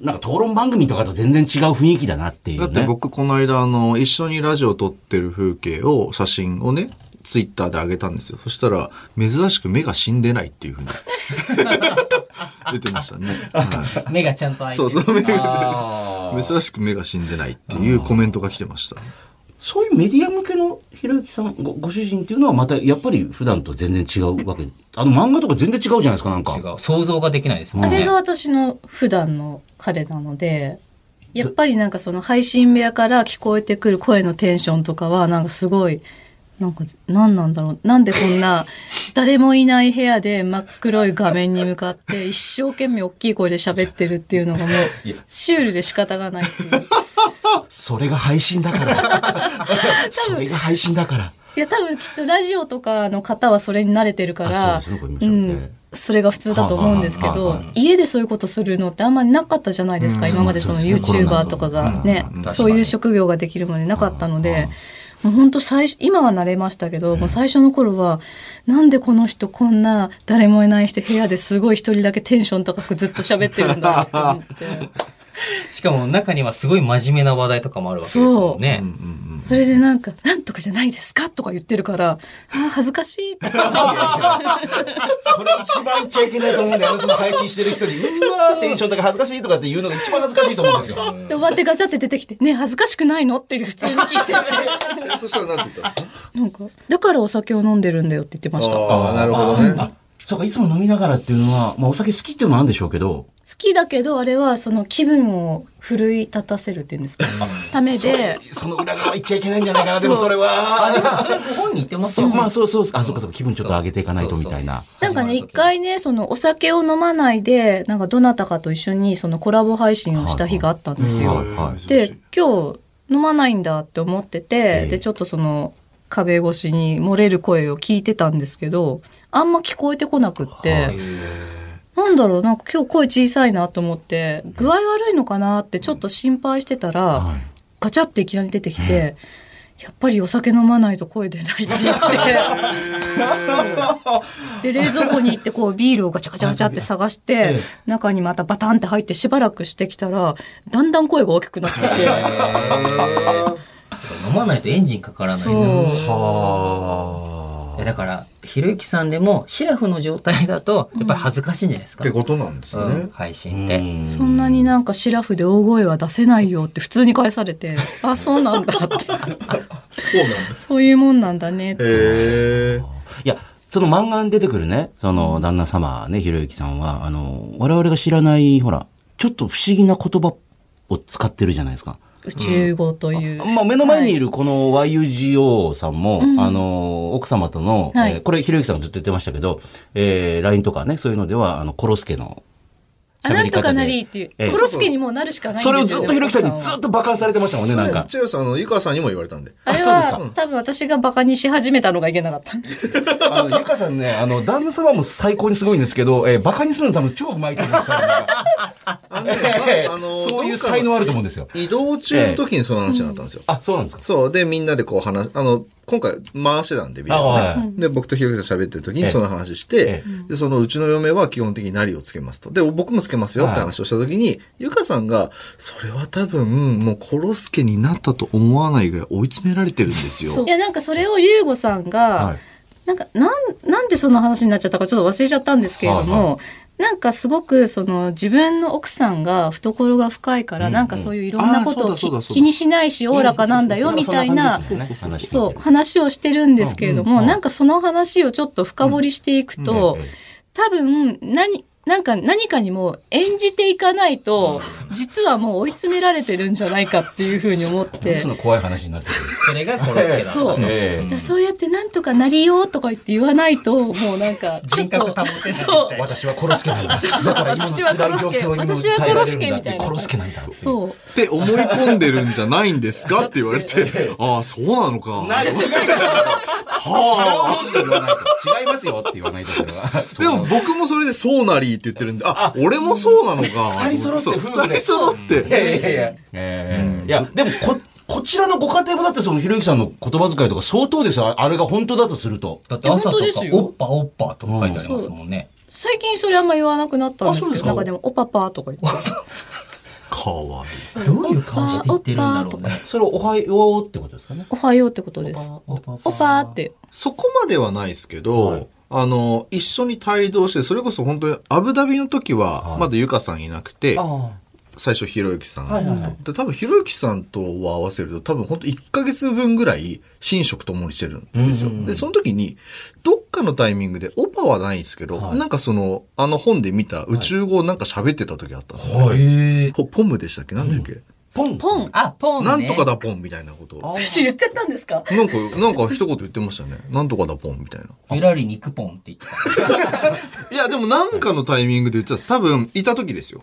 Speaker 1: なんか討論番組とかと全然違う雰囲気だなっていう
Speaker 2: だ
Speaker 1: ね。
Speaker 2: って僕この間あの一緒にラジオ撮ってる風景を写真をねツイッターで上げたんですよそしたら珍しく目が死んでないっていう風 (laughs) に出てましたね、は
Speaker 3: 目がちゃんと開いて
Speaker 2: そうそう目が
Speaker 1: あ
Speaker 2: い
Speaker 1: ー
Speaker 2: 珍しく目が死んでないっていうコメントが来てました
Speaker 1: そういうメディア向けのひろゆきさんご、ご主人っていうのはまたやっぱり普段と全然違う (laughs) わけ。あの漫画とか全然違うじゃないですか、なんか。
Speaker 3: 違う。想像ができないですも
Speaker 4: あ
Speaker 3: んね。
Speaker 4: れが私の普段の彼なので、やっぱりなんかその配信部屋から聞こえてくる声のテンションとかはなんかすごい、なんか何なんだろう。なんでこ
Speaker 3: (laughs)
Speaker 4: んな誰もいない部屋で真っ黒い画面に向かって一生懸命大きい声で喋ってるっていうのがもうシュールで仕方がないっていう。
Speaker 1: それが配信だ
Speaker 3: (laughs)
Speaker 1: から。それが配信だから。
Speaker 4: いや多分きっとラジオとかの方はそれに慣れてるから
Speaker 1: あ、そうですねこれ見ま
Speaker 4: う
Speaker 1: しょうね
Speaker 4: ん、それが普通だと思うんですけ
Speaker 1: はいはい
Speaker 4: ど
Speaker 1: はいは、
Speaker 4: 家でそういうことするのってあんまりなかったじゃないですか、
Speaker 2: うん
Speaker 4: 今までその
Speaker 1: そうですね
Speaker 4: YouTuber とかがね
Speaker 3: うん確、かに
Speaker 4: そういう職業ができるまでなかったので、もう本当最初、今は慣れましたけど、もう最初の頃は、なんでこの人こんな誰もいない人部屋ですごい一人だけテンション高くずっと喋ってるんだなって思って。
Speaker 3: しかも中にはすごい真面目な話題とかもあるわけですもんね。
Speaker 4: それでなんか、なんとかじゃないですかとか言ってるから、あー恥ずかしいって。
Speaker 1: それ一番言っちゃいけないと思うんだよね、その配信してる人に。うわー、テンションとか恥ずかしいとかっていうのが一番恥ずかしいと思うんですよ。
Speaker 4: で終わってガチャって出てきて、ねえ恥ずかしくないのって普通に聞いてて。
Speaker 2: (laughs) そしたら何て言ったんですか
Speaker 4: なんか、だからお酒を飲んでるんだよって言ってました。好
Speaker 2: ああなるほどね
Speaker 1: そうか、いつも飲みながらっていうのは、まあお酒好きっていうのもあるんでしょうけど、
Speaker 4: きだけど、あれはその気分を奮い立たせるっていうんですか。ためで、
Speaker 1: その裏側言っちゃいけないんじゃない
Speaker 4: (laughs)
Speaker 1: かな、でもそれは。
Speaker 3: あ、でもそれご本人言ってます
Speaker 1: そ
Speaker 3: よ
Speaker 1: う、まあそうそうそう、あ、そうかそうか、気分ちょっと上げていかないとみたいな。
Speaker 4: なんかね、一。回ね、そのお酒を飲まないで、なんかどなたかと一緒にそのコラボ配信をした日があったんですよ。
Speaker 1: はいはい
Speaker 4: で、今日飲まないんだって思ってて、で、ちょっとその壁越しに漏れる声を聞いてたんですけど、あんま聞こえてこなくって、
Speaker 3: そうそう
Speaker 4: なんだろう、なんか今日声小さいなと思って、具合悪いのかなってちょっと心配してたら、
Speaker 1: はい
Speaker 4: ガチャっていきなり出てきて、やっぱりお酒飲まないと声出ないって言
Speaker 1: (laughs)
Speaker 4: って、で、冷蔵庫に行ってこうビールをガチャガチャガチャって探して、中にまたバタンって入ってしばらくしてきたら、だんだん声が大きくなってきて、
Speaker 3: 飲まないとエンジンかからないな
Speaker 4: そう。
Speaker 1: は
Speaker 3: えだからひろゆきさんでもシラフの状態だとやっぱり恥ずかしいんじゃないです
Speaker 2: っ
Speaker 3: か、
Speaker 2: てことなんです
Speaker 3: うん
Speaker 2: ね
Speaker 3: 配
Speaker 1: あ
Speaker 3: 信って
Speaker 4: そんなになんかシラフで大声は出せないよって普通に返さ
Speaker 1: (laughs)
Speaker 4: れて、あ、そうなんだって。
Speaker 2: そうなんです
Speaker 4: そういうもんなんだねって。
Speaker 2: へえ
Speaker 1: いや、その漫画に出てくるね、その旦那様ね、ひろゆきさんは、あの、我々が知らない、ほら、ちょっと不思議な言葉を使ってるじゃないですか。
Speaker 4: 宇宙語という。
Speaker 1: まあ、目の前にいるこの YUGO さんも、あの、奥様との、
Speaker 4: はい
Speaker 1: えーこれ、ひろゆきさんがずっと言ってましたけど、えー、LINE とかね、そういうのでは、あの、コロスケの、
Speaker 4: あ
Speaker 1: 喋
Speaker 4: なん
Speaker 1: り
Speaker 4: と
Speaker 1: 方
Speaker 4: かな
Speaker 1: で
Speaker 4: り。っていう、
Speaker 1: ええ
Speaker 4: コロスケにもうなるしかないんです
Speaker 1: そ
Speaker 4: よ
Speaker 1: れをずっとひろきさんにずっと爆発されてましたもんね、なんか。
Speaker 2: それ違うさあの湯川さんにも言われたんで
Speaker 4: あれ
Speaker 1: あそうで
Speaker 4: は多分私がバカにし始めたのがいけなかったんです。
Speaker 1: あの、ゆかさんね、あの、旦那様も最高にすごいんですけど、えー、バカにするの多分超うまいと思うんですよ。
Speaker 2: (laughs) あのね、まああの
Speaker 1: そういう才能あると思うんですよ。
Speaker 2: 移動中の時にその話になったんですよ、
Speaker 1: あ、そうなんですか。
Speaker 2: そう。で、みんなでこう話、あの、今回回してたんで、ビデ
Speaker 1: あ
Speaker 2: オね
Speaker 1: はい
Speaker 2: で、僕とひろきさん喋ってる時
Speaker 1: ええ
Speaker 2: にその話して
Speaker 1: え、
Speaker 2: で、そのうちの嫁は基本的になりをつけますと。で、僕もつけますよって話をした時に、ゆかさんが、それは多分、もうコロスケになったと思わないぐらい追い詰められてるんですよ。
Speaker 4: いやなんかそれをゆうごさんが、
Speaker 1: はい
Speaker 4: なんかなんなんでそんな話になっちゃったかちょっと忘れちゃったんですけれども、
Speaker 1: はい
Speaker 4: なんかすごくその自分の奥さんが懐が深いから、
Speaker 1: うん
Speaker 4: なんかそういういろんなこと
Speaker 2: あーそう
Speaker 4: を
Speaker 2: だそうだそうだ
Speaker 4: き気にしないしおおらかなんだよみたいな。
Speaker 1: そうそうそう
Speaker 4: そう、話をしてるんですけれども、
Speaker 1: うんうん
Speaker 4: なんかその話をちょっと深掘りしていくと、
Speaker 1: ええええ
Speaker 4: 多分何なんか何かにもう演じていかないと実はもう追い詰められてるんじゃないかっていうふうに思って
Speaker 1: その怖い話になってく
Speaker 3: それがコロスケだった。
Speaker 4: そう
Speaker 1: る。え
Speaker 4: だそうやってなんとかなりようとか言って言わないともうなん (laughs) かちょ
Speaker 3: 人
Speaker 4: っ
Speaker 3: 格
Speaker 4: と
Speaker 3: 保てないみ
Speaker 4: そう
Speaker 3: たいな。
Speaker 1: 私はコロスケなんだ。だから今の
Speaker 4: 私はコロスケ
Speaker 1: 辛い状況にも
Speaker 4: 私はコロスケみた
Speaker 1: 耐えられるん
Speaker 4: いな
Speaker 1: だコロスケなんだ。う。
Speaker 4: そう
Speaker 2: って思い込んでるんじゃないんですかって言わ
Speaker 1: (laughs)
Speaker 2: れて、ああ、そうなのか。はあ。
Speaker 1: 違いますよって言わないとそれは。 (laughs)
Speaker 2: でも僕もそれでそうなりって言ってるんで、あ、俺もそうなのか。
Speaker 1: 二人揃って
Speaker 2: そう
Speaker 1: 夫婦で
Speaker 2: 二人揃って。
Speaker 1: いやいやいや。ええいや、でもこ、こちらのご家庭もだってそのひろゆきさんの言葉遣いとか相当ですよ。ああれが本当だとすると。
Speaker 3: だって朝と
Speaker 4: いや
Speaker 3: か
Speaker 4: 本当です、よ
Speaker 3: おっぱおっぱとか書いてありますもんね。
Speaker 4: 最近それあんま言わなくなったんです
Speaker 1: あそう
Speaker 4: け
Speaker 1: です
Speaker 4: ど
Speaker 1: か
Speaker 4: なんかでも「おパパ」とか言って
Speaker 2: かわいい。
Speaker 3: どういう顔して言ってるんだろうね。
Speaker 1: それをおはようってことですかね。
Speaker 4: 「おはよう」ってことです
Speaker 1: おば
Speaker 4: 「おパ」って
Speaker 2: そこまではないですけど、
Speaker 1: はい
Speaker 2: あの、一緒に帯同して、それこそ本当にアブダビの時
Speaker 1: は
Speaker 2: は、
Speaker 1: い
Speaker 2: まだゆかさんいなくて、
Speaker 1: あ
Speaker 2: 最初ひろゆきさん。
Speaker 1: はいはいはい
Speaker 2: で多分ひろゆきさんとを合わせると、多分本当1ヶ月分ぐらい、寝食ともにしてるんですよ。
Speaker 1: うんうんうん
Speaker 2: で、その時に、どっかのタイミングで、オパはないんですけど、
Speaker 1: はい
Speaker 2: なんかその、あの本で見た宇宙語をなんか喋ってた時あったんですよ、
Speaker 1: あ。はい。
Speaker 2: ポポムでしたっけなんだっけ、
Speaker 1: ポン。
Speaker 4: ポン」
Speaker 3: あ、ポンね。
Speaker 2: なんとかだポンみたいなこと。
Speaker 1: あ
Speaker 4: 私 (laughs) 言っちゃったんですか
Speaker 2: なんか、なんか一言言ってましたね。なんとかだポンみたいな。
Speaker 3: フェラーリ肉ポンって言ってた。
Speaker 2: いや、でもなんかのタイミングで言ってたんです。多分、いた時ですよ。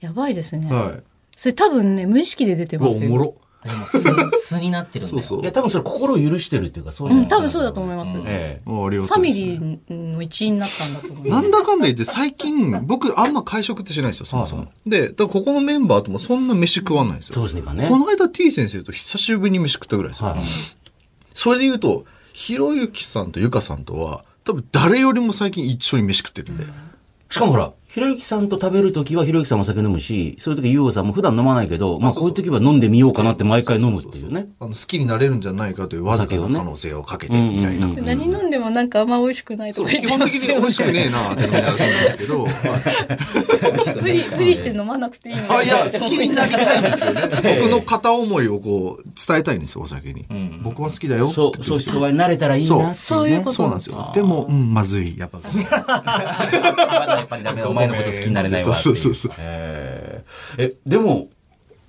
Speaker 4: やばいですね、
Speaker 2: は
Speaker 4: それ多分ね無意識で出て
Speaker 2: い。うわ、
Speaker 4: ま
Speaker 2: お
Speaker 4: す
Speaker 2: も
Speaker 4: よ、
Speaker 2: ろ。
Speaker 3: でも
Speaker 1: (laughs)
Speaker 3: 素、素になってるんだ
Speaker 2: そ
Speaker 3: よ。
Speaker 2: うそう
Speaker 1: いや、。多分それ心を許してるっていうか、そうじ
Speaker 4: う
Speaker 1: ゃない
Speaker 4: ん、
Speaker 1: かな
Speaker 4: 多分そうだと思います、
Speaker 1: ええ。
Speaker 2: あありが
Speaker 4: フ
Speaker 2: とうご
Speaker 4: ァ
Speaker 2: ざい
Speaker 4: ミ
Speaker 2: ます
Speaker 4: リーの一員になったんだと思いま
Speaker 2: な
Speaker 4: す
Speaker 2: んだかんだ言って最近、僕あんま会食ってしないんですよ、そもそ
Speaker 1: は
Speaker 2: も。で、だからここのメンバーともそんな飯食わないんです
Speaker 1: そう
Speaker 2: よ。
Speaker 1: ですね、今ね。
Speaker 2: この間 T 先生と久しぶりに飯食ったぐらいですよ。
Speaker 1: はい。
Speaker 2: それで言うと、ひろゆきさんとゆかさんとは、多分誰よりも最近一緒に飯食ってるんで。
Speaker 1: しかもほら、ひろゆきさんと食べるときはひろゆきさんも酒飲むし、そういうときゆうごさんも普段飲まないけど、まあ
Speaker 2: そう
Speaker 1: こう
Speaker 2: そ
Speaker 1: いう
Speaker 2: う
Speaker 1: ときは飲んでみようかなって毎回飲むっていうね。
Speaker 2: あの、好きになれるんじゃないかというわずかな可能性をかけて、みたいな。
Speaker 1: うんうんうん
Speaker 4: 何飲んでもなんかあんま美味しくないと
Speaker 2: そう、
Speaker 4: か言っ
Speaker 2: 基
Speaker 4: て
Speaker 2: 本
Speaker 4: ます
Speaker 2: 的に美味しくねえなって思いながら言うんですけ
Speaker 1: (laughs)
Speaker 2: ど、
Speaker 4: 無理無理して飲まなくていいの
Speaker 2: あ、いや、好きになりたいんです
Speaker 1: (laughs)
Speaker 2: よね。僕の片思いをこう、伝えたいんですよ、お酒に。
Speaker 3: ん
Speaker 2: 僕は好きだよって言
Speaker 1: そ
Speaker 2: って
Speaker 1: う、
Speaker 2: るん
Speaker 1: そう
Speaker 2: で
Speaker 1: し
Speaker 2: す
Speaker 1: そ
Speaker 2: よ。
Speaker 1: うになれたらいいなっていう、ね。
Speaker 4: そういうこと
Speaker 2: そうなんですよ。でも、うん、まずい。やっぱ。
Speaker 1: まだやっぱりダメだ、お前のこと好きになれないわってい
Speaker 2: そうそうそうそう
Speaker 1: えーえ、でも、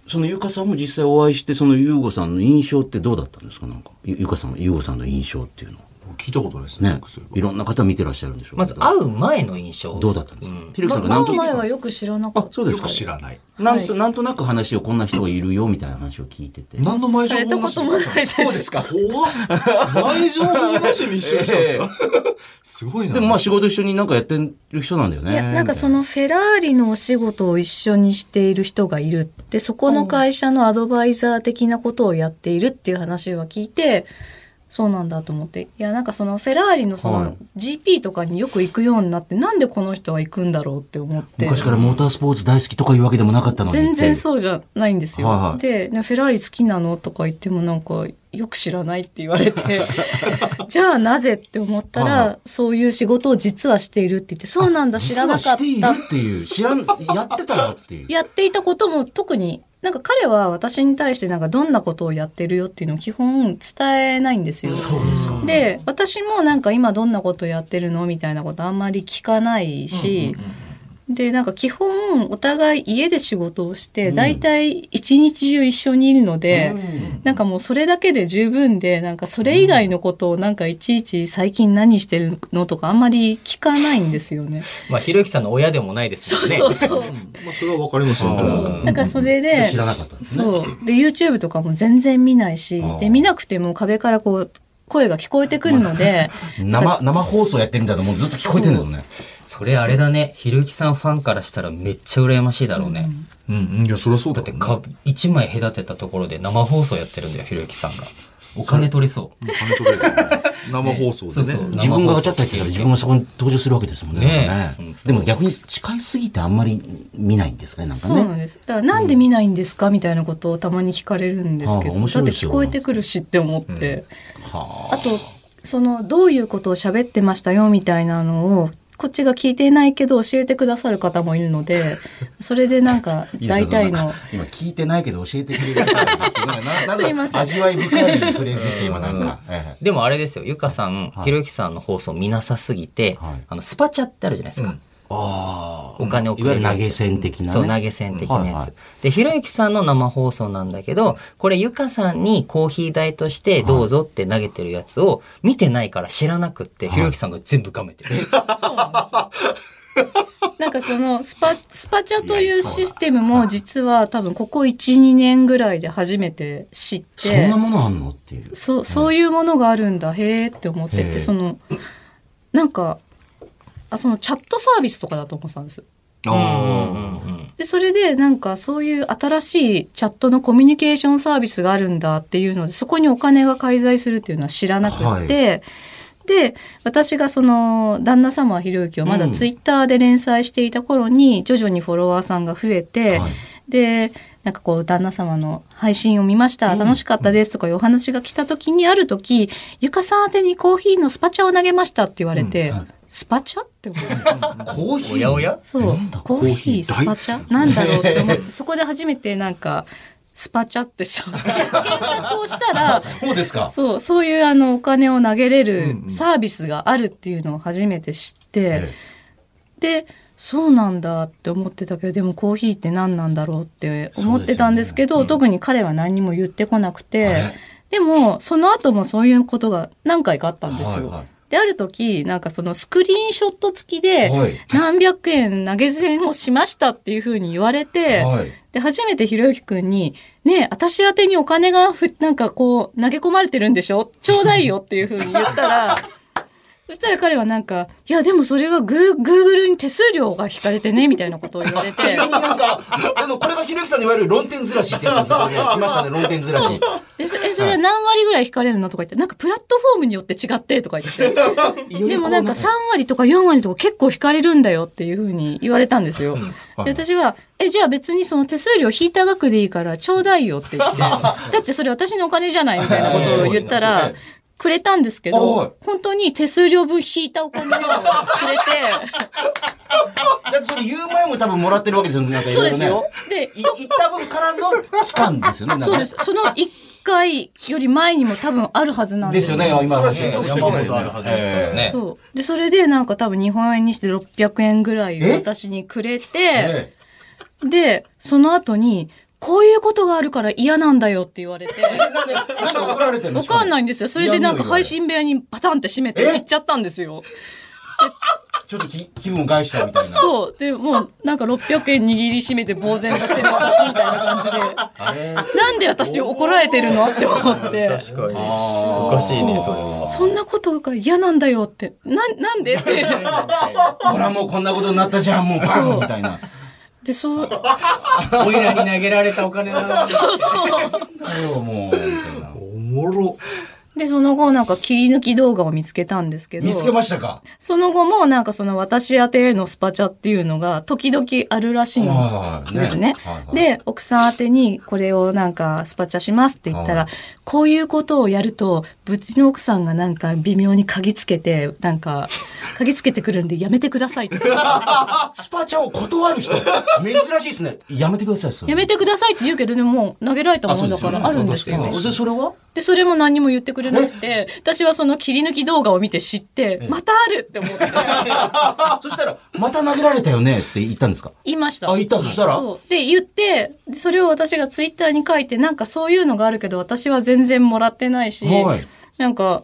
Speaker 1: そのゆかさんも実際お会いして、そのゆうごさんの印象ってどうだったんですかなんか、ゆゆかさん、ゆうごさんの印象っていうのは。
Speaker 2: 聞いたことないです
Speaker 1: ね
Speaker 2: 僕そうい。えば
Speaker 1: いろんな方見てらっしゃるんでしょう
Speaker 3: ま
Speaker 1: け
Speaker 3: ず
Speaker 1: ど
Speaker 3: 会う前の印象。
Speaker 1: どうだったんですか、ひろゆきさんが
Speaker 4: 会
Speaker 1: 何
Speaker 4: う
Speaker 1: 聞いて
Speaker 4: 前
Speaker 1: たん
Speaker 4: は
Speaker 1: です
Speaker 4: よく知らなか
Speaker 1: かあ
Speaker 4: っ、た
Speaker 1: そうで
Speaker 2: よ
Speaker 1: すか
Speaker 2: く。知らない。
Speaker 1: なんと、なんとなく話をこんな人がいるよ、みたいな話を聞いてて。
Speaker 2: 何の前情
Speaker 4: され
Speaker 2: 報
Speaker 4: た
Speaker 2: な
Speaker 4: こ
Speaker 2: し
Speaker 4: ともないです
Speaker 2: そうですか。怖っ前情報なしに一緒に来たんですかすごいな。
Speaker 1: でもまあ仕事一緒になんかやってる人なんだよね。
Speaker 4: いやなんかそのフェラーリのお仕事を一緒にしている人がいるってそこの会社のアドバイザー的なことをやっているっていう話は聞いてそうなんだと思っていやなんかそのフェラーリのそ
Speaker 1: はい
Speaker 4: の GP とかによく行くようになってなんでこの人は行くんだろうって思って
Speaker 1: 昔からモータースポーツ大好きとかいうわけでもなかったのに。
Speaker 4: 全然
Speaker 1: う。
Speaker 4: そうじゃないんですよ。
Speaker 1: はいはい
Speaker 4: で、ねフェラーリ好きなのとか言ってもなんか、よく知らないって言われて、
Speaker 1: (laughs)
Speaker 4: じゃあなぜって思った
Speaker 1: はいは
Speaker 4: ら、そういう仕事を実はしているって言って、そうなんだ、知らなかっ
Speaker 1: 実
Speaker 4: た
Speaker 1: は。しているっていう、知らん、やってたよっていう。
Speaker 4: やっていたことも特に、なんか彼は私に対してなんかどんなことをやってるよっていうのを基本伝えないんですよ。
Speaker 1: そうですか。
Speaker 4: で、私もなんか今どんなことやってるのみたいなことあんまり聞かないし、でなんか基本お互い家で仕事をして大体一日中一緒にいるので、なんかもうそれだけで十分でなんかそれ以外のことをなんかいちいち最近何してるのとかあんまり聞かないんですよね。
Speaker 3: まあ、ひろゆきさんの親でもないですよね。
Speaker 4: そうそう
Speaker 2: まあ、それはわかりますよ
Speaker 1: う
Speaker 2: ね。
Speaker 4: だからそれで、
Speaker 1: 知らなかったですね。
Speaker 4: そう。で、YouTube とかも全然見ないし
Speaker 1: ああ、
Speaker 4: で、見なくても壁からこう、声が聞こえてくるので、
Speaker 1: 生、生放送やってるみたいなもうずっと聞こえてるんですもんね。
Speaker 3: それあれだね。ひろゆきさんファンからしたらめっちゃ羨ましいだろうね。
Speaker 2: うん、うん、いや、そりゃそうだ
Speaker 3: だ
Speaker 2: よね
Speaker 3: ってか、一枚隔てたところで生放送やってるんだよ、ひろゆきさんが。お金取れそ
Speaker 2: お金取れるよ
Speaker 1: (laughs)
Speaker 2: ね生放送で
Speaker 3: ねそうそう
Speaker 2: ね。
Speaker 1: 自分がガチャッと入ってたら自分がそこに登場するわけですもんね。
Speaker 3: ねえ
Speaker 1: なんか
Speaker 3: 本当
Speaker 1: でも逆に近すぎてあんまり見ないんです
Speaker 4: (laughs)
Speaker 1: ね、なんか
Speaker 4: そうなん
Speaker 1: ね。
Speaker 4: です。だから、なんで見ないんですかみたいなことをたまに聞かれるんですけ
Speaker 1: あ
Speaker 4: ど、
Speaker 1: あ面
Speaker 4: だ
Speaker 1: 白
Speaker 4: っ
Speaker 1: い
Speaker 4: て
Speaker 1: です
Speaker 4: 聞
Speaker 1: よ
Speaker 4: こえてくるしって思って。
Speaker 1: は
Speaker 4: あと、その、どういうことを喋ってましたよみたいなのを、こっちが聞いていないけど教えてくださる方もいるので、それでなんか、
Speaker 1: (laughs) いいですよ
Speaker 4: 大体
Speaker 1: なん
Speaker 4: の
Speaker 1: か、今聞いてないけど教えてくれるみたいななんかな
Speaker 4: (laughs) すいません
Speaker 1: 味わい深いフレーズでした、今なんか。え
Speaker 3: う。でもあれですよ、ゆかさん、
Speaker 1: はい
Speaker 3: ひろゆきさんの放送見なさすぎて、
Speaker 1: はい
Speaker 3: あの、スパチャってあるじゃないですか。
Speaker 1: あ
Speaker 3: お金をくれる
Speaker 1: いわ
Speaker 3: や
Speaker 1: ゆ
Speaker 3: つ
Speaker 1: る投げ銭的なね
Speaker 3: そう、投げ銭的なやつ。
Speaker 1: はいはい
Speaker 3: で、ひろゆきさんの生放送なんだけど、これ、ゆかさんにコーヒー代としてどうぞって投げてるやつを見てないから知らなくって、ひろゆきさんが全部画面で。
Speaker 4: なんかそのスパ、スパチャというシステムも実は多分ここ1、2年ぐらいで初めて知っ
Speaker 1: そん
Speaker 4: て
Speaker 1: な、ものあんのっていう。
Speaker 4: そう、そういうものがあるんだ、へーって思って
Speaker 1: へ
Speaker 4: て、
Speaker 1: ー
Speaker 4: その、なんか、あそのチャットサービスとかだと思ってたんです。
Speaker 3: うんうん
Speaker 2: あ
Speaker 3: うん
Speaker 4: で、それでなんかそういう新しいチャットのコミュニケーションサービスがあるんだっていうので、そこにお金が介在するっていうのは知らなくって、
Speaker 1: はい
Speaker 4: で、私がその、旦那様はひろゆきをまだツイッターで連載していた頃に、徐々にフォロワーさんが増えて、
Speaker 1: はい
Speaker 4: で、なんかこう、旦那様の配信を見ました、楽しかったですとかいうお話が来た時に、ある時、ゆかさん宛てにコーヒーのスパチャを投げましたって言われて、スパチャって思って。
Speaker 1: コーヒー
Speaker 3: おやおや
Speaker 4: そう
Speaker 1: なんだ
Speaker 4: コーヒー
Speaker 2: コーヒー
Speaker 4: スパチャなんだろうって思ってそこで初めてなんかスパチャっ
Speaker 1: (laughs)
Speaker 4: てさ検索をしたら
Speaker 1: そうですか。
Speaker 4: そうそういうあのお金を投げれる
Speaker 2: うんうん
Speaker 4: サービスがあるっていうのを初めて知って、
Speaker 1: ええ
Speaker 4: でそうなんだって思ってたけどでもコーヒーって何なんだろうって思ってたんですけど特に彼は何にも言ってこなく
Speaker 1: あ
Speaker 4: て
Speaker 1: れ
Speaker 4: でもその後もそういうことが何回かあったんですよ。
Speaker 1: はいはい
Speaker 4: である時なんかそのスクリーンショット付きで、
Speaker 1: はい
Speaker 4: 何百円投げ銭をしましたっていうふうに言われて、
Speaker 1: はい
Speaker 4: で、初めてひろゆきくんに、ねえ、私宛てにお金がふ、なんかこう、投げ込まれてるんでしょちょうだいよっていうふうに言ったら、そしたら彼はなんか、いや、でもそれはグー、グーグルに手数料が引かれてね、みたいなことを言われて、
Speaker 1: なんか、あの、これがひろゆきさんのいわゆる論点ずらしってやつですよね。来ましたね、論点ずら (laughs) し。
Speaker 4: え、そえそれは何割ぐらい引かれるのとか言って、なんかプラットフォームによって違って、とか言って。でもなんか3割とか4割とか結構引かれるんだよっていうふうに言われたんですよ。
Speaker 1: はい
Speaker 4: で私は、え、じゃあ別にその手数料引いた額でいいからちょうだいよって言って、だってそれ私のお金じゃないみたいなことを言った
Speaker 1: そう
Speaker 4: ら
Speaker 1: です、
Speaker 4: くれたんですけ
Speaker 1: はい
Speaker 4: ど、本当に手数料分引いたお金をくれて、
Speaker 1: だってそれ言う前も多分もらってるわけですよね。なんかい
Speaker 4: (laughs) そう
Speaker 1: ろいろ
Speaker 4: です
Speaker 1: ね。
Speaker 4: よ。で、
Speaker 1: い行った分からの期間ですよね。なんか
Speaker 4: そうです。その1回より前にも多分あるはずなん
Speaker 1: で
Speaker 4: ですす
Speaker 1: よね、今
Speaker 2: それは申告してこないですね
Speaker 1: 山本あるはずですからね。
Speaker 3: ね
Speaker 4: そう。で、それでなんか多分日本円にして600円ぐらい
Speaker 1: え
Speaker 4: を私にくれて、
Speaker 1: え
Speaker 4: で、その後に、こういうことがあるから嫌なんだよって言
Speaker 1: (laughs)
Speaker 4: われて、
Speaker 1: えなんでなんか怒られてるんで
Speaker 4: わ
Speaker 1: すか
Speaker 4: かんないんですよ。それでなんか配信部屋にパタンって閉めて
Speaker 1: え
Speaker 4: 行っちゃったんですよ。
Speaker 1: ちょっとき気分を害したみたいな。
Speaker 4: そう。で、もうなんか600円握りしめて呆然としてる私みたいな感じで、
Speaker 1: あれ
Speaker 4: なんで私に怒られてるのって思って。
Speaker 3: 確かに。おかしいね、それは。
Speaker 4: そんなことが嫌なんだよって。な、なんでって。
Speaker 1: ほらもうこんなことになったじゃん、もうバンみたいな。
Speaker 4: で、そう、
Speaker 3: おいらに投げられたお金だな。
Speaker 4: そうそう。
Speaker 1: あれはもう、みたいな。
Speaker 2: おもろ。
Speaker 4: で、その後なんか切り抜き動画を見つけたんですけど、
Speaker 1: 見つけましたか
Speaker 4: その後もなんかその私宛てへのスパチャっていうのが時々あるらしいんですね
Speaker 1: はいはいはい。ね
Speaker 4: で、奥さん宛てにこれをなんかスパチャしますって言った
Speaker 1: は
Speaker 4: ら、こういうことをやると、うちの奥さんがなんか微妙に嗅ぎつけて、なんか嗅ぎつけてくるんでやめてくださ
Speaker 1: (laughs)
Speaker 4: いって。
Speaker 1: スパチャを断る人、珍しいですね。やめてください、それ
Speaker 4: やめてくださいって言うけど、でも投げられたものだからあるんですよ
Speaker 1: そ。うよねそれそれは (laughs)
Speaker 4: で、それも何にも言ってくれなくて、私はその切り抜き動画を見て知って、またあるって思って、
Speaker 1: そしたら、また投げられたよねって言ったんですか
Speaker 4: 言いました。
Speaker 1: あ、言った。そしたら
Speaker 4: そうで、言って、でそれを私がツイッターに書いて、なんかそういうのがあるけど、私は全然もらってないし、
Speaker 1: はい
Speaker 4: なんか、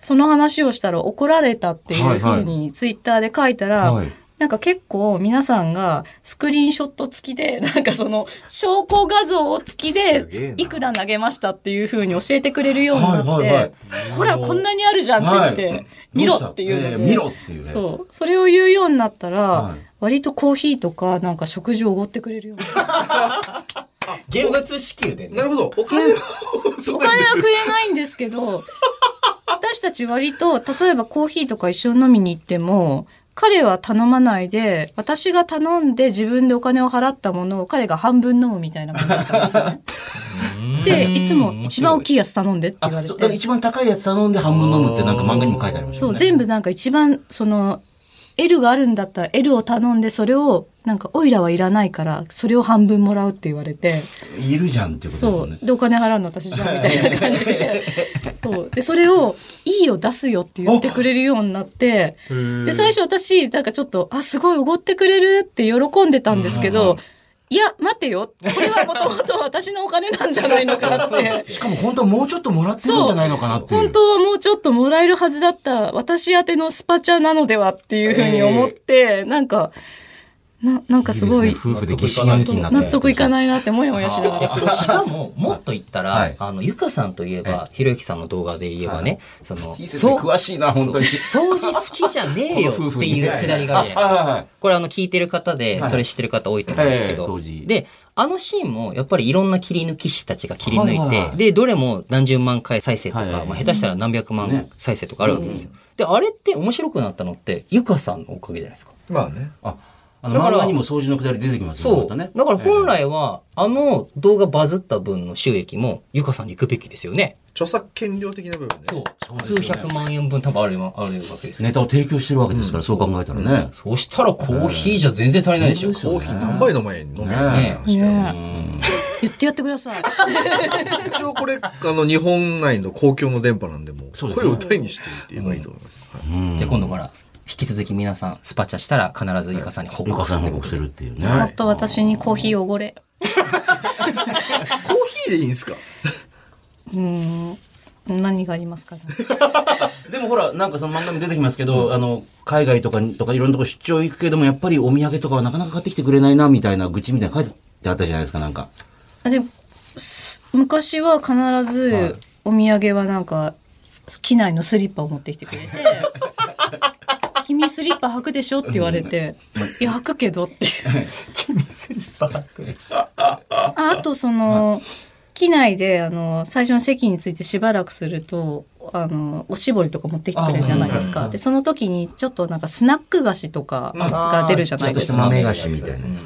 Speaker 4: その話をしたら怒られたっていうふうにツイッターで書いたら、
Speaker 1: はい
Speaker 4: なんか結構皆さんがスクリーンショット付きで、 (laughs) なんかその証拠画像を付き
Speaker 2: すげえ
Speaker 4: で
Speaker 2: な、
Speaker 4: いくら投げましたっていうふうに教えてくれるようになって、
Speaker 1: はいはいはい
Speaker 4: ほら、こんなにあるじゃんって言って、
Speaker 1: はい
Speaker 4: 見ろっていうの
Speaker 1: ど
Speaker 4: で、
Speaker 1: うしたえー見ろっていうね
Speaker 4: そう。それを言うようになったら、
Speaker 1: はい
Speaker 4: 割とコーヒーとか、なんか食事をおごってくれる
Speaker 1: (laughs)
Speaker 4: ようになった。
Speaker 3: 現物支給でね
Speaker 2: なるほど。お金は、そ
Speaker 4: お
Speaker 2: んな
Speaker 4: 金はくれないんですけ
Speaker 1: (laughs)
Speaker 4: ど、私たち割と、例えばコーヒーとか一緒に飲みに行っても、彼は頼まないで、私が頼んで自分でお金を払ったものを彼が半分飲むみたいな感じだったんです
Speaker 1: (laughs)
Speaker 4: ね。で、いつも一番大きいやつ頼んでって言わ
Speaker 1: あ、
Speaker 4: れ
Speaker 1: そうだから
Speaker 4: て。
Speaker 1: 一番高いやつ頼んで半分飲むってなんか漫画にも書いてありました
Speaker 4: そ
Speaker 1: よ
Speaker 4: う、
Speaker 1: ね。
Speaker 4: 全部なんか一番、その、L があるんだったら L を頼んで、それを、なんか、オイラはいらないから、それを半分もらうって言われて。
Speaker 1: いるじゃんっていうことです
Speaker 4: そ
Speaker 1: よね
Speaker 4: う。。で、お金払うの私じゃん、みたいな感じで。そう。で、それを、いいよ、出すよって言ってくれるようになって、で、最初私、なんかちょっと、あ、すごい、おごってくれるって喜んでたんですけど、いや、待てよ。これはもともと私のお金なんじゃないのかって。
Speaker 1: (laughs) しかも本当はもうちょっともらってるんじゃないのかなっていう。
Speaker 4: 本当はもうちょっともらえるはずだった私宛てのスパチャなのではっていうふうに思って、なんか、な、なんかすごい、
Speaker 1: ですね夫婦で疑心暗鬼になって。
Speaker 4: 納得いかないなってもやもやしな
Speaker 1: (laughs)
Speaker 4: がら過ごし
Speaker 3: し
Speaker 4: てま
Speaker 3: か
Speaker 4: す。
Speaker 3: も、もっと言ったら、
Speaker 1: はい
Speaker 3: あの、ゆかさんといえば、ひろゆきさんの動画で言えばね、その、
Speaker 1: いいですね。
Speaker 3: そう
Speaker 1: 詳しいな、本当に。
Speaker 3: 掃除好きじゃねえよ
Speaker 1: この夫婦
Speaker 3: って
Speaker 1: に
Speaker 3: いうくだりがあるじゃないですか。
Speaker 1: はいはいはい
Speaker 3: これあの聞いてる方で
Speaker 1: はい
Speaker 3: それ知ってる方多いと思うんですけど、
Speaker 1: ええ掃除
Speaker 3: であのシーンもやっぱりいろんな切り抜き師たちが切り抜いて、
Speaker 1: はいはいはい
Speaker 3: でどれも何十万回再生とか、
Speaker 1: はいはい
Speaker 3: まあ、下手したら何百
Speaker 1: ね
Speaker 3: 万再生とかあるわけですよ、であれって面白くなったのってゆかさんのおかげじゃないですか
Speaker 2: まあね。
Speaker 1: あ、あ
Speaker 3: だ
Speaker 1: の、
Speaker 3: から
Speaker 1: 漫画にも掃除のくだり出てきますよ
Speaker 3: そ
Speaker 1: また
Speaker 3: う、
Speaker 1: ね
Speaker 3: だから本来は、あの動画バズった分の収益もゆかさんに行くべきですよね
Speaker 2: 著作権料的な部分ね。
Speaker 3: そう
Speaker 1: そうですよね
Speaker 3: 数百万円分多分あるわあるわけですよ、
Speaker 1: ネタを提供してるわけですから、そう考えたらね。
Speaker 3: そうしたらコーヒーじゃ全然足りないでしょ、
Speaker 2: コーヒー何杯の前に飲める
Speaker 1: ね
Speaker 2: 話だよね
Speaker 4: ねえ言ってやってください。
Speaker 2: 一応これ、あの、日本内の公共の電波なんで、もう
Speaker 1: そうですね
Speaker 2: 声を大にして言って言えばいいと思います。はい
Speaker 3: じゃあ今度から引き続き皆さんスパチャしたら必ずゆかさんに報
Speaker 1: ゆ
Speaker 3: 告
Speaker 1: か
Speaker 3: する
Speaker 1: さんに
Speaker 3: って
Speaker 1: 報
Speaker 3: こ
Speaker 1: 告
Speaker 3: と
Speaker 1: す
Speaker 3: で
Speaker 1: るっていうね。
Speaker 4: もっと私にコーヒーおごれ。
Speaker 2: コーヒーでいいんですか
Speaker 4: うーん。何がありますかね。
Speaker 1: でもほら、なんかその漫画に出てきますけど、あの、海外とかにとかいろんなとこ出張行くけども、やっぱりお土産とかはなかなか買ってきてくれないな、みたいな愚痴みたいなの書いてあったじゃないですか、なんか。
Speaker 4: あでもす昔は必ずお土産はなんか機内のスリッパを持ってきてく (laughs) れて「君スリッパ履くでしょ?」って言われて「いや履くけど」っていう (laughs) ああとその機内であの最初の席についてしばらくするとあのおしぼりとか持ってきてくれるじゃない
Speaker 3: あう
Speaker 4: です
Speaker 3: んうんう
Speaker 4: か
Speaker 3: ん
Speaker 4: でその時にちょっとなんかスナック菓子とかが出るじゃないです
Speaker 1: ちょっとした
Speaker 4: か
Speaker 1: 豆菓子みたいなやつ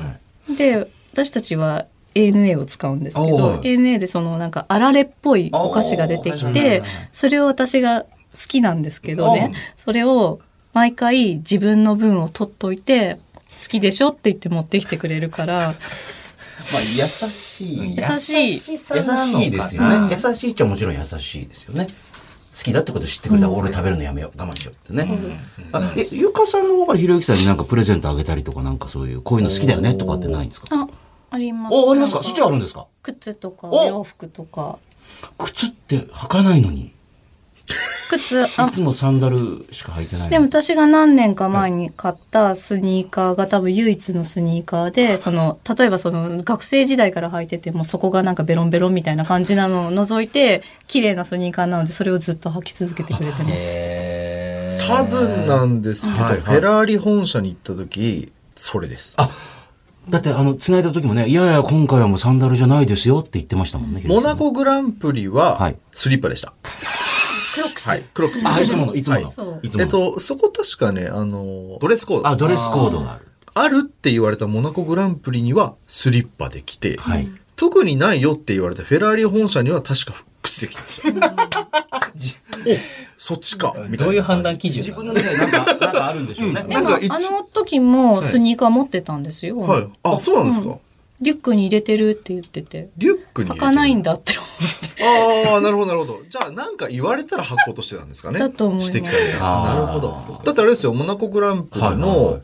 Speaker 3: うん
Speaker 4: で私たちは ANA を使うんですけ
Speaker 1: おう
Speaker 4: ど ANA でそのなんかあられっぽいお菓子が出て
Speaker 1: お
Speaker 4: き
Speaker 1: うはいはい
Speaker 4: て
Speaker 1: はい
Speaker 4: それを私が好きなんですけどね
Speaker 1: おう
Speaker 4: それを毎回自分の分を取っといて好きでしょって言って持ってきてくれるから
Speaker 1: ま (laughs) あ、優しい。
Speaker 4: 優しい
Speaker 3: さ
Speaker 1: 優
Speaker 3: なのかな
Speaker 1: しいですよね。優しいっちゃもちろん優しいですよね。好きだってこと知ってくれたら、俺食べるのやめよう、我慢しようってね。あえ、ゆかさんの方からひろゆきさんになんかプレゼントあげたりとか、なんかそういう、こういうの好きだよねとかってないんですか
Speaker 4: ああります
Speaker 1: お、ありますかそっちはあ
Speaker 4: る
Speaker 1: るんですか
Speaker 4: 靴とか
Speaker 1: お
Speaker 4: お洋服とか
Speaker 1: 靴って履かないのに。
Speaker 4: 靴
Speaker 1: い
Speaker 4: あ
Speaker 1: つもサンダルしか履いてないのに
Speaker 4: でも私が何年か前に買ったスニーカーが多分唯一のスニーカーで、その、例えばその学生時代から履いててもそこがなんかベロンベロンみたいな感じなのを除いて、綺麗なスニーカーなのでそれをずっと履き続けてくれてます。
Speaker 3: へー
Speaker 2: 多分なんですけど、
Speaker 1: はいはい
Speaker 2: フェラーリ本社に行った時、それです。
Speaker 1: だって、あの、繋いだ時もね、いやいや、今回はもうサンダルじゃないですよって言ってましたもんね。ひろ
Speaker 2: モ
Speaker 1: ゆきさ
Speaker 2: ナ
Speaker 1: ん
Speaker 2: コグランプリ
Speaker 1: は、
Speaker 2: はいスリッパでした。
Speaker 4: クロックス。
Speaker 2: はい。黒く
Speaker 1: あ、いつもの、いつも
Speaker 2: は
Speaker 1: の
Speaker 2: い。
Speaker 4: そう
Speaker 1: いつも
Speaker 2: えっ
Speaker 1: の。
Speaker 2: と、そこ確かね、あの、ドレスコー
Speaker 1: あ、
Speaker 2: ド。
Speaker 1: ドレスコードがある。
Speaker 2: あるって言われたモナコグランプリにはスリッパで来て、
Speaker 1: はい。
Speaker 2: 特にないよって言われたフェラーリ本社には確か靴で来てま
Speaker 1: (laughs)
Speaker 2: した。おそっちかみたいな感じ。
Speaker 3: どういう判断基準
Speaker 1: 自
Speaker 3: な
Speaker 1: 分
Speaker 3: の
Speaker 1: のね、なんか、なんかあるんでしょ (laughs) うね。
Speaker 4: でも、
Speaker 2: なん
Speaker 4: あ
Speaker 2: か一
Speaker 4: の時もスニーカー持ってたんですよ。
Speaker 2: はい。あ、そうなんですか。
Speaker 4: リュックに入れてるって言ってて。
Speaker 2: リュックに入れてる。
Speaker 4: 履かないんだって思って。
Speaker 2: ああ、なるほど、なるほど。じゃあ、なんか言われたら吐こうとしてたんですかね。
Speaker 4: だと思います
Speaker 2: 指摘されたら。
Speaker 1: あ
Speaker 2: な
Speaker 1: ー
Speaker 2: るほど。だってあれですよ、モナコグランプリ
Speaker 1: はいはいは
Speaker 2: の
Speaker 1: い、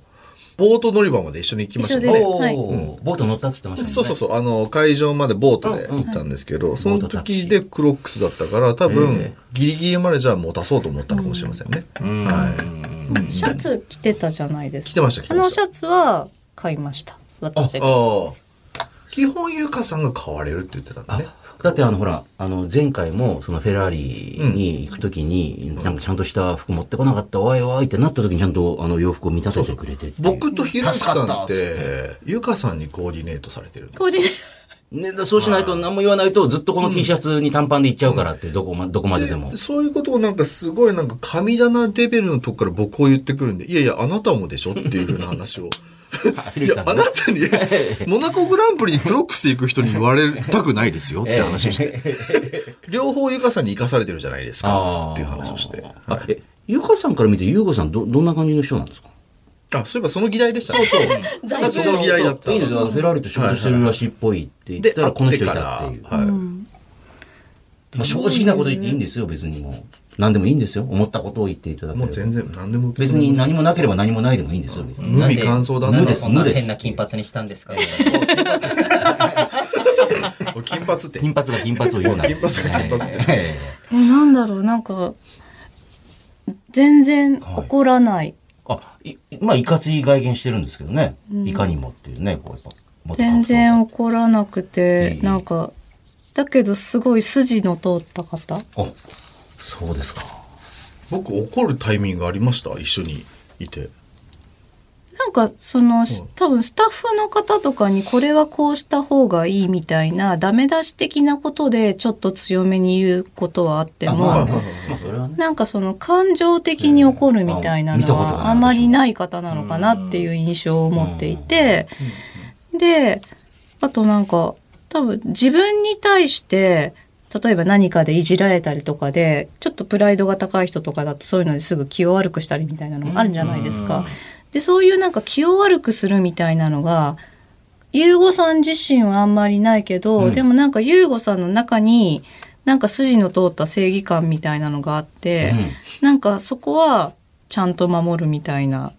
Speaker 2: ボート乗り場まで一緒に行きましたよ
Speaker 4: 一緒です
Speaker 2: ね。
Speaker 4: はい
Speaker 1: おーボート乗ったって言ってました
Speaker 2: そう
Speaker 1: もんね。
Speaker 2: そうそう、あの、会場までボートで行ったんですけど、その時でクロックスだったから、多
Speaker 1: ええ
Speaker 2: 分、ギリギリまでじゃあ持たそうと思ったのかもしれませんね。
Speaker 3: うん
Speaker 2: はい。
Speaker 4: シャツ着てたじゃないですか。
Speaker 2: 着てました着て
Speaker 4: あ
Speaker 2: ま
Speaker 4: の
Speaker 2: し
Speaker 4: シ
Speaker 2: た
Speaker 4: ャツは買いました。私が。
Speaker 2: ああ。基本、ゆかさんが買われるって言ってたんだね。
Speaker 1: だってあのほら、あの前回もそのフェラーリに行くときに、なんかちゃんとした服持ってこなかった、おいおいってなったときにちゃんとあの洋服を満たせてくれてっていう
Speaker 2: 僕とひろきさんっ、
Speaker 1: 助かったっつって
Speaker 2: ゆかさんにコーディネートされてるんです
Speaker 4: これで
Speaker 1: ね、だそうしないと何も言わないとずっとこの T シャツに短パンで行っちゃうからって、どこま、どこまででも。
Speaker 2: そういうことをなんかすごいなんか神棚レベルのとこから僕を言ってくるんで、いやいや、あなたもでしょっていうふうな話を。
Speaker 1: ひろゆ
Speaker 2: い
Speaker 1: き
Speaker 2: や
Speaker 1: さ、ん
Speaker 2: あ
Speaker 1: が
Speaker 2: な
Speaker 1: ね
Speaker 2: たに、
Speaker 1: (laughs)
Speaker 2: モナコグランプリにクロックス行く人に言われたくないですよって話
Speaker 1: (laughs)
Speaker 2: をして。両方ゆかさんに生かされてるじゃないです
Speaker 1: あ
Speaker 2: か
Speaker 1: ー
Speaker 2: っていう話をして。
Speaker 1: あえ、ゆかさんから見て、ゆうごさんど、どんな感じの人なんですか
Speaker 2: あ、そういえばその議題でしたね。そうそうその議題だった。
Speaker 1: いいんですよ。あのフェラーリと仕事してるらしいっぽいって言っ
Speaker 2: で、
Speaker 1: たら、こ
Speaker 2: 会
Speaker 1: の
Speaker 2: って
Speaker 1: 人い
Speaker 2: か
Speaker 1: たっていう。
Speaker 2: ら、はい。
Speaker 1: まあ、正直なこと言っていいんですよ、別にもう。何でもいいんですよ。思ったことを言っていただけれ
Speaker 2: もう
Speaker 1: ば
Speaker 2: 全然何でも受け止
Speaker 1: 別
Speaker 2: め
Speaker 1: に
Speaker 2: ます
Speaker 1: 何もなければ何もないでもいいんですよ、別に。
Speaker 2: 無味乾燥だ
Speaker 3: な
Speaker 2: なん
Speaker 3: でそんな
Speaker 1: 無です
Speaker 3: 変な金髪にしたんですか
Speaker 2: 金髪って。
Speaker 1: 金髪が金髪を言うな。
Speaker 2: 金髪が金髪って
Speaker 1: え
Speaker 4: え、なんだろう、なんか、全然怒らな
Speaker 1: え
Speaker 4: い。
Speaker 1: (laughs) あ、い、まあ、いかつい外見してるんですけどね。いかにもっていうね、こうやっぱもっと
Speaker 4: 全然怒らなくて
Speaker 1: え、え
Speaker 4: なんか、だけどすごい筋の通った方
Speaker 1: あ、そうですか。
Speaker 2: 僕怒るタイミングありました一緒にいて。
Speaker 4: なんかその、多分スタッフの方とかにこれはこうした方がいいみたいなダメ出し的なことでちょっと強めに言うことはあっても、
Speaker 1: まあね、まあ、それはね。
Speaker 4: なんかその感情的に怒るみたいな
Speaker 1: うん見た
Speaker 4: の
Speaker 1: ことない
Speaker 4: はあまりない方なのかなっていう印象を持っていて、で、あとなんか多分自分に対して例えば何かでいじられたりとかで、ちょっとプライドが高い人とかだとそういうのですぐ気を悪くしたりみたいなのもあるじゃないですか。で、そういうなんか気を悪くするみたいなのが、ゆうごさん自身はあんまりないけど、でもなんかゆうごさんの中に、なんか筋の通った正義感みたいなのがあって、なんかそこはちゃんと守るみたい (laughs) な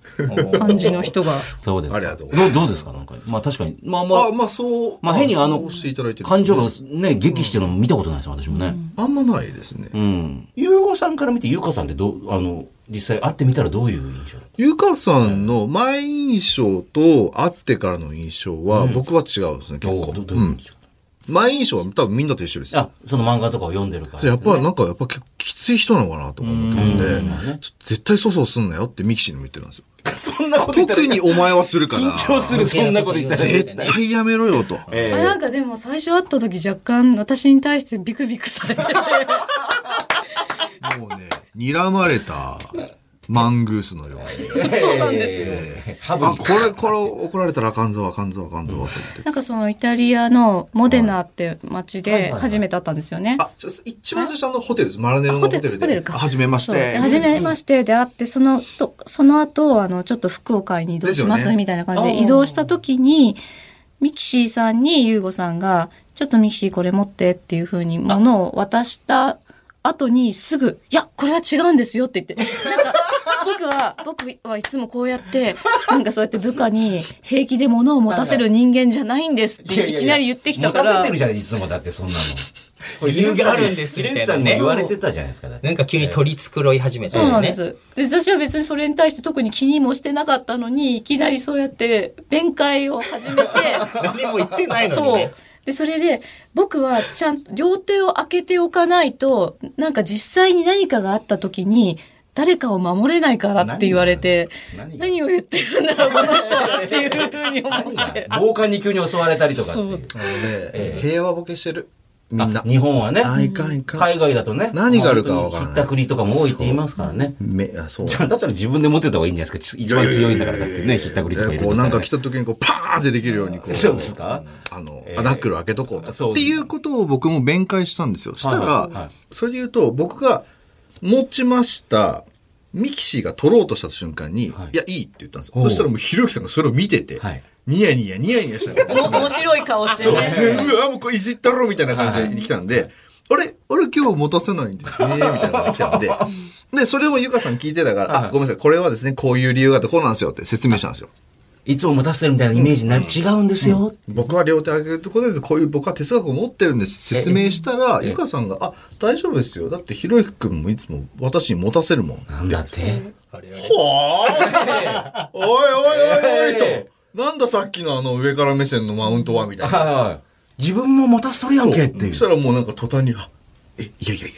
Speaker 4: 感じの人が。
Speaker 1: そうですか。
Speaker 2: ありがとうござい
Speaker 1: どうどうですかなんか。まあ確かに。まあま
Speaker 2: あ、
Speaker 1: あ、
Speaker 2: まあそう。
Speaker 1: まあ変にあの
Speaker 2: そうしていただいてるん
Speaker 1: 感
Speaker 2: です
Speaker 1: 情
Speaker 2: ね
Speaker 1: がね、激してるの見たことないですよ、私もね。
Speaker 2: あんまないですね。
Speaker 1: うん。ゆうごさんから見て、ゆうかさんってどう、あの、実際会ってみたらどういう印象だっ
Speaker 2: ゆかさんの前印象と会ってからの印象は、僕は違うんですね、
Speaker 1: た
Speaker 2: 結構。
Speaker 1: どうどう
Speaker 2: う
Speaker 1: いうん印象、
Speaker 2: 前印象は多分みんなと一緒です。
Speaker 1: あ、その漫画とかを読んでるから。
Speaker 2: やっぱりなんか、やっぱ結構きつい人なのかなとか思ったんで、
Speaker 1: うん
Speaker 2: ちょっと絶対粗相すんなよってミキシーにも言ってるんですよ。
Speaker 1: そんなこと言ったら
Speaker 2: 特にお前はするから。
Speaker 3: るそんなこと言ったら
Speaker 2: 絶対やめろ (laughs) よと。
Speaker 1: え
Speaker 4: あなんかでも最初会った時若干私に対してビクビクされてて。
Speaker 2: もうね、睨まれたマングースのように。
Speaker 4: そうなんですよ
Speaker 1: よ。ハブ
Speaker 2: あ、これ、これ怒られたらあかんぞ、あかんぞ、あかんぞ、と思って。
Speaker 4: なんかそのイタリアのモデナって町で初めて会ったんですよね。
Speaker 2: (laughs) あ、ちょ一番最初あのホテルです。マラネロのホテルで。
Speaker 4: ホテルか。
Speaker 2: 初めまし
Speaker 4: そうで
Speaker 2: て。
Speaker 4: 初めましてで会って、そのと、その後、あの、ちょっと服を買いに移動しま
Speaker 2: です
Speaker 4: す
Speaker 2: よね
Speaker 4: みたいな感じで移動した時に、ミキシーさんにユーゴさんが、ちょっとミキシーこれ持ってっていう風に物を渡した後にすぐ、いや、これは違うんですよって言って。なんか、 (laughs) 僕は、僕はいつもこうやって、なんかそうやって部下に平気で物を持たせる人間じゃないんですっていきなり言ってきたか
Speaker 1: 持たせ
Speaker 4: ら
Speaker 1: てる、じゃん、いつもだってそんなの。
Speaker 3: これ理由があるんです
Speaker 1: ひ
Speaker 3: み
Speaker 1: ろ
Speaker 3: た
Speaker 1: ゆきさ
Speaker 3: いな
Speaker 1: んに言われてたじゃないですか。だって
Speaker 3: なんか急に取り繕い始めた
Speaker 4: そ
Speaker 3: ん
Speaker 4: う
Speaker 3: です
Speaker 4: なん
Speaker 3: ね。
Speaker 4: です。で、私は別にそれに対して特に気にもしてなかったのに、いきなりそうやって弁解を始めて、
Speaker 3: 何も言ってないのに
Speaker 4: そ
Speaker 3: ね
Speaker 4: う。。で、それで、僕はちゃんと両手を開けておかないと、なんか実際に何かがあった時に、誰かを守れないからって言われて、
Speaker 1: 何
Speaker 4: 何
Speaker 1: が
Speaker 4: を言ってるんだろう、この人はっていうふうに思って。
Speaker 1: 暴漢に急に襲われたりとかってい
Speaker 4: そう
Speaker 1: う。
Speaker 2: あのね
Speaker 1: ええ
Speaker 2: 平和ボケしてる。みんな
Speaker 1: あ。日本はね。
Speaker 2: あいかんいかん
Speaker 1: 海外だとね。
Speaker 2: 何があるかわからな
Speaker 1: ひ
Speaker 2: い
Speaker 1: ったくりとかも多いって言いますからね。
Speaker 2: め、あそう。
Speaker 1: じゃあだったら自分で持ってた方がいいんじゃないですか。一番強いんだからだってね、ひったくりとか入れて
Speaker 2: こう
Speaker 1: たら
Speaker 2: な
Speaker 1: ね
Speaker 2: んか来た時にこうパーンってできるようにこ
Speaker 1: (laughs)
Speaker 2: う。
Speaker 1: そうですか
Speaker 2: あの、
Speaker 1: ええ
Speaker 2: あナックル開けとこう
Speaker 1: そう
Speaker 2: と。っていうことを僕も弁解したんですよ。した
Speaker 1: はいはいは
Speaker 2: ら
Speaker 1: い、
Speaker 2: それで言うと、僕が持ちました、ミキシーが取ろうとした瞬間に、
Speaker 1: はい
Speaker 2: い、や、いいって言ったんですよ。
Speaker 1: おう
Speaker 2: そしたらもうひろゆきさんがそれを見てて、
Speaker 1: はい
Speaker 2: ニヤニヤニヤニヤしたの。
Speaker 1: (laughs)
Speaker 4: 面白い顔して
Speaker 2: そう、 (laughs)
Speaker 4: ね。
Speaker 2: すんごい、あ、もうこれいじったろみたいな感じで来たんで、あれ俺今日持たせないんですね、みたいなのが来たん (laughs) で。で、それをゆかさん聞いてたから、あ、ごめんなさい、これはですね、こういう理由があって、こうなんですよって説明したんですよ。
Speaker 1: いつも持たせてるみたいなイメージになる。違うんですよ。
Speaker 2: 僕は両手上げるところで、こういう僕は哲学を持ってるんです。説明したら、ゆかさんが、あ、大丈夫ですよ。だって、ひろゆきくんもいつも私に持たせるもん。
Speaker 1: なんだって
Speaker 3: あれあれ
Speaker 2: ほー (laughs) おいおいおいおいと。なんださっきのあの上から目線のマウントはみたいな。
Speaker 1: 自分も持たせとるやんけってい
Speaker 2: そううし。たらもうなんか途端に、あえ、いやいやい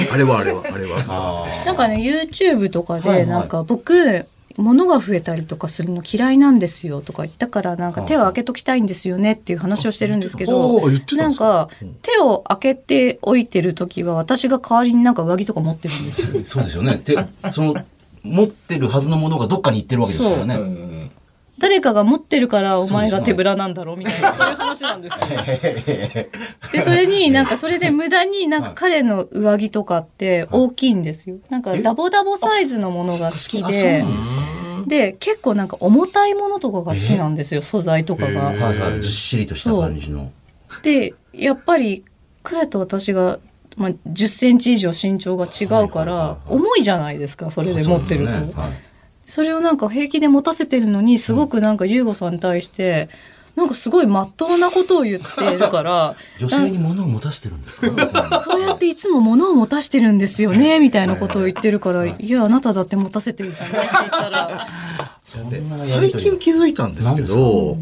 Speaker 2: やいやいや、あれはあれは、あれは。
Speaker 1: あー
Speaker 4: なんかね YouTube とか
Speaker 1: はいは
Speaker 4: で
Speaker 1: い
Speaker 4: なんか僕物が増えたりとかするの嫌いなんですよとか言ったからなんか手を開けときたいんですよねっていう話をしてるんですけど
Speaker 2: あ言ってた
Speaker 4: なんん
Speaker 2: です
Speaker 4: か手を開けておいてる時は私が代わりになんか上着とか持ってるんですよ。
Speaker 1: そうですよね。で、その、持ってるはずのものがどっかに行ってるわけですから
Speaker 3: うん
Speaker 1: ね。
Speaker 3: うん
Speaker 4: 誰かが持ってるからお前が
Speaker 1: そうですね
Speaker 4: 手ぶらなんだろうみたいなそういう話なんですよ。でそれになんかそれで無駄になんか彼の上着とかって大きいんですよ。なんかダボダボサイズのものが好きで。で結構なんか重たいものとかが好きなんですよ、素材とかが。
Speaker 1: はいはい、ずっしりとした感じの。
Speaker 4: でやっぱり彼と私が、まあ、1 0ンチ以上身長が違う
Speaker 1: はいは
Speaker 4: から、
Speaker 1: いはいはい
Speaker 4: 重いじゃないですかそれで持ってると。
Speaker 1: そうですねはい
Speaker 4: それをなんか平気で持たせてるのに、すごくなんか優吾さんに対して、なんかすごい真っ当なことを言ってるから、
Speaker 1: 女性に物を持たせてるんです
Speaker 4: な
Speaker 1: か
Speaker 4: んそうやっていつも物を持たせてるんですよね、みたいなことを言ってるから、いや、あなただって持たせてるじゃないって言ったら、 (laughs)
Speaker 1: そんな
Speaker 2: で
Speaker 1: やりとり
Speaker 2: 最近気づいたんですけど、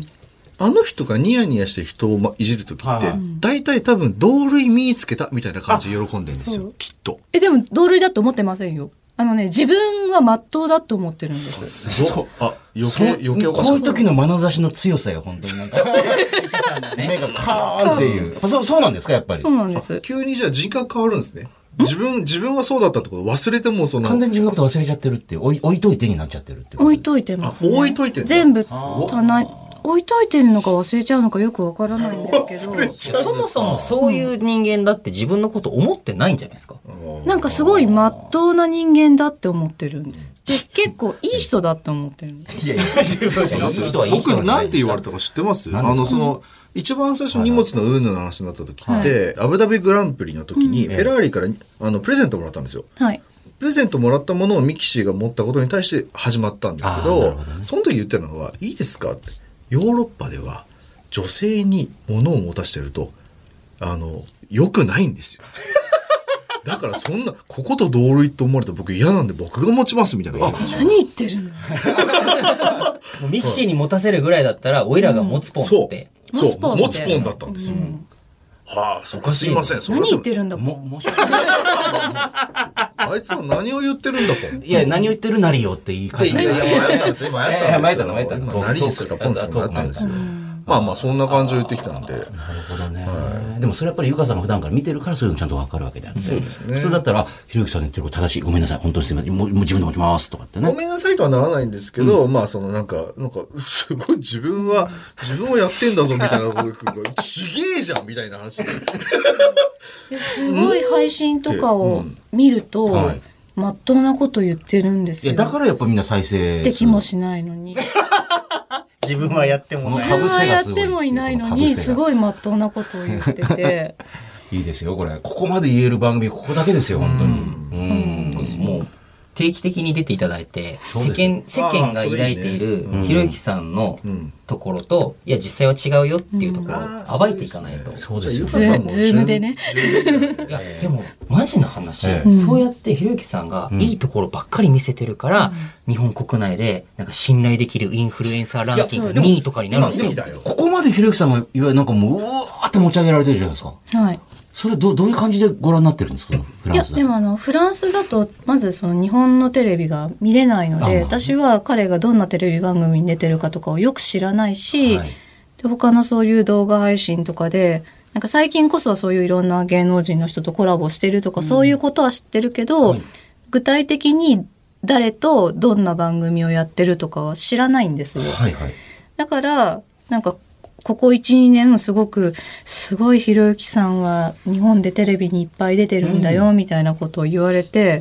Speaker 2: あの人がニヤニヤして人をまいじるときっ
Speaker 1: はい
Speaker 2: て
Speaker 1: はい、
Speaker 2: 大体多分同類見つけたみたいな感じで喜んでるんです
Speaker 4: そ
Speaker 2: よ
Speaker 4: う、
Speaker 2: きっと。
Speaker 4: え、でも同類だと思ってませんよ。あのね、自分は真っ当だと思ってるんです。
Speaker 1: そう
Speaker 2: あ、余
Speaker 1: そう
Speaker 2: 計、余計おかし
Speaker 1: こうい
Speaker 2: かっ
Speaker 1: う
Speaker 2: た。
Speaker 1: 時の眼差しの強さよ、本当になんか。 (laughs) 目がカーンって
Speaker 4: (laughs)
Speaker 1: いう。やっぱそう、そうなんですか、やっぱり
Speaker 4: そ。うなんです。
Speaker 2: 急にじゃあ人格変わるんですね。自分、自分はそうだったってこと忘れてもうその、
Speaker 1: 完全に自分のこと忘れちゃってるっていう、置い置いといてになっちゃってるっていう。
Speaker 4: 置いといてます、ね。
Speaker 2: あ置いといてんだ
Speaker 4: 全部
Speaker 2: ごい
Speaker 4: 棚に、置いといてるのか忘れちゃうのかよくわからないんですけど。
Speaker 3: そもそもそういう人間だって自分のこと思ってないんじゃないですか
Speaker 4: なんかすごい真っ当な人間だって思ってるんです。で、結構いい人だって思ってるんです。
Speaker 1: いやいや、自分
Speaker 2: だっ
Speaker 1: い
Speaker 2: て
Speaker 1: い人はいい人
Speaker 2: 僕なんて言われ
Speaker 1: た
Speaker 2: たか知ってます
Speaker 1: 何です
Speaker 2: あ
Speaker 1: か
Speaker 2: の、その、一番最初に荷物の運の話になった時って、アブダビグランプリの時に、フェラーリからあのプレゼントもらったんですよ。
Speaker 4: はい。
Speaker 2: プレゼントもらったものをミキシーが持ったことに対して始まったんですけ
Speaker 1: あーな
Speaker 2: ど
Speaker 1: るほどね
Speaker 2: その時言ってたのは「いいですか?」ってヨーロッパでは女性に物を持たしてるとあの良くないんです
Speaker 1: (laughs)
Speaker 2: よ。だからそんなここと同類と思われたら僕嫌なんで僕が持ちますみたいなこと言うんですよ
Speaker 4: 何言ってるの
Speaker 3: ミキシーに持たせるぐらいだったら、オイラが持つポンっ
Speaker 2: そ
Speaker 3: て。
Speaker 2: うそう
Speaker 4: 持つポン
Speaker 2: 持つポンだったんですよ。はあそこすいませんそこ
Speaker 4: 何
Speaker 2: は
Speaker 4: 言ってるんだ
Speaker 1: (laughs)
Speaker 4: も
Speaker 1: も、
Speaker 4: ん。
Speaker 1: もしかしたら
Speaker 2: あいつは何を言ってるんだポン。
Speaker 1: いや、何を言ってるなりよって言い
Speaker 2: って
Speaker 1: 方
Speaker 2: いやいや、迷ったんですよ。今迷っ
Speaker 1: い
Speaker 2: たんですよ。
Speaker 1: やいや迷ったの迷ったの
Speaker 2: 今何にするかポンするか迷ったんですよ
Speaker 1: う。
Speaker 2: まあまあ、そんな感じを言ってきたんで。
Speaker 1: なるほどね、でもそれやっぱりゆかさんが普段から見てるからそういうのちゃんとわかるわけだよね普通だったらあ「ひろゆきさんの言ってること正しいごめんなさい本当にすみませんもうもう自分で持ちます」とかって
Speaker 2: ご
Speaker 1: ね
Speaker 2: めんなさいとはならないんですけど、まあそのなんか、なんか、すごい自分は、自分をやってんだぞみたいなことが来るから、ちげえじゃんみたいな話で。
Speaker 4: いやすごい配信とかを見ると、
Speaker 1: はい
Speaker 4: 真っ当なこと言ってるんです
Speaker 1: い
Speaker 4: よ。
Speaker 1: やだからやっぱみんな再生
Speaker 4: できもしないのに。
Speaker 3: 自分はやっても
Speaker 1: ない
Speaker 4: 自分はやっ
Speaker 1: 被せがすごい
Speaker 4: てもいないのに、すごい真っ当なことを言ってて。
Speaker 1: いいですよこれここまで言える番組ここだけですよ本当にうんもう
Speaker 3: 定期的に出ていただいて、
Speaker 1: そう
Speaker 3: 世
Speaker 1: です
Speaker 3: 間、世間
Speaker 2: あ
Speaker 3: が
Speaker 2: ーそ
Speaker 3: 抱
Speaker 2: れい
Speaker 3: い
Speaker 2: いね
Speaker 3: ている
Speaker 2: うん
Speaker 3: ひろゆきさんの
Speaker 2: うん
Speaker 3: ところと、いや、実際は違うよっていうところ
Speaker 2: あー
Speaker 3: を暴いていかないと。
Speaker 1: そうですよ
Speaker 2: じゃあゆかさんも
Speaker 4: ズームでね
Speaker 2: 準備ぐらいで
Speaker 3: いや、でも、マジな話、
Speaker 1: え
Speaker 4: え
Speaker 3: そうやってひろゆきさんがいいところばっかり見せてるから、日本国内で、なんか信頼できるインフルエンサーランキング
Speaker 1: いやでも
Speaker 3: 2位とかになるんですよ
Speaker 2: 今。だよ。
Speaker 1: ここまでひろゆきさんがいわゆるなんかもううわーって持ち上げられてるじゃないですか
Speaker 4: (laughs) はい。
Speaker 1: それどうどういう感じでご覧になってるんですかフ
Speaker 4: い
Speaker 1: ラ
Speaker 4: や
Speaker 1: ンス
Speaker 4: でもあのフランスだとまずその日本のテレビが見れないの
Speaker 1: あまあ
Speaker 4: で私は彼がどんなテレビ番組に出てるかとかをよく知らないし、
Speaker 1: はい
Speaker 4: で他のそういう動画配信とかでなんか最近こそそういういろんな芸能人の人とコラボしてるとか、そういうことは知ってるけど、
Speaker 1: はい
Speaker 4: 具体的に誰とどんな番組をやってるとかは知らないんですよ。
Speaker 1: はいはい
Speaker 4: だから、なんか、ここ1、2年すごく、すごいひろゆきさんは日本でテレビにいっぱい出てるんだよ、みたいなことを言われて、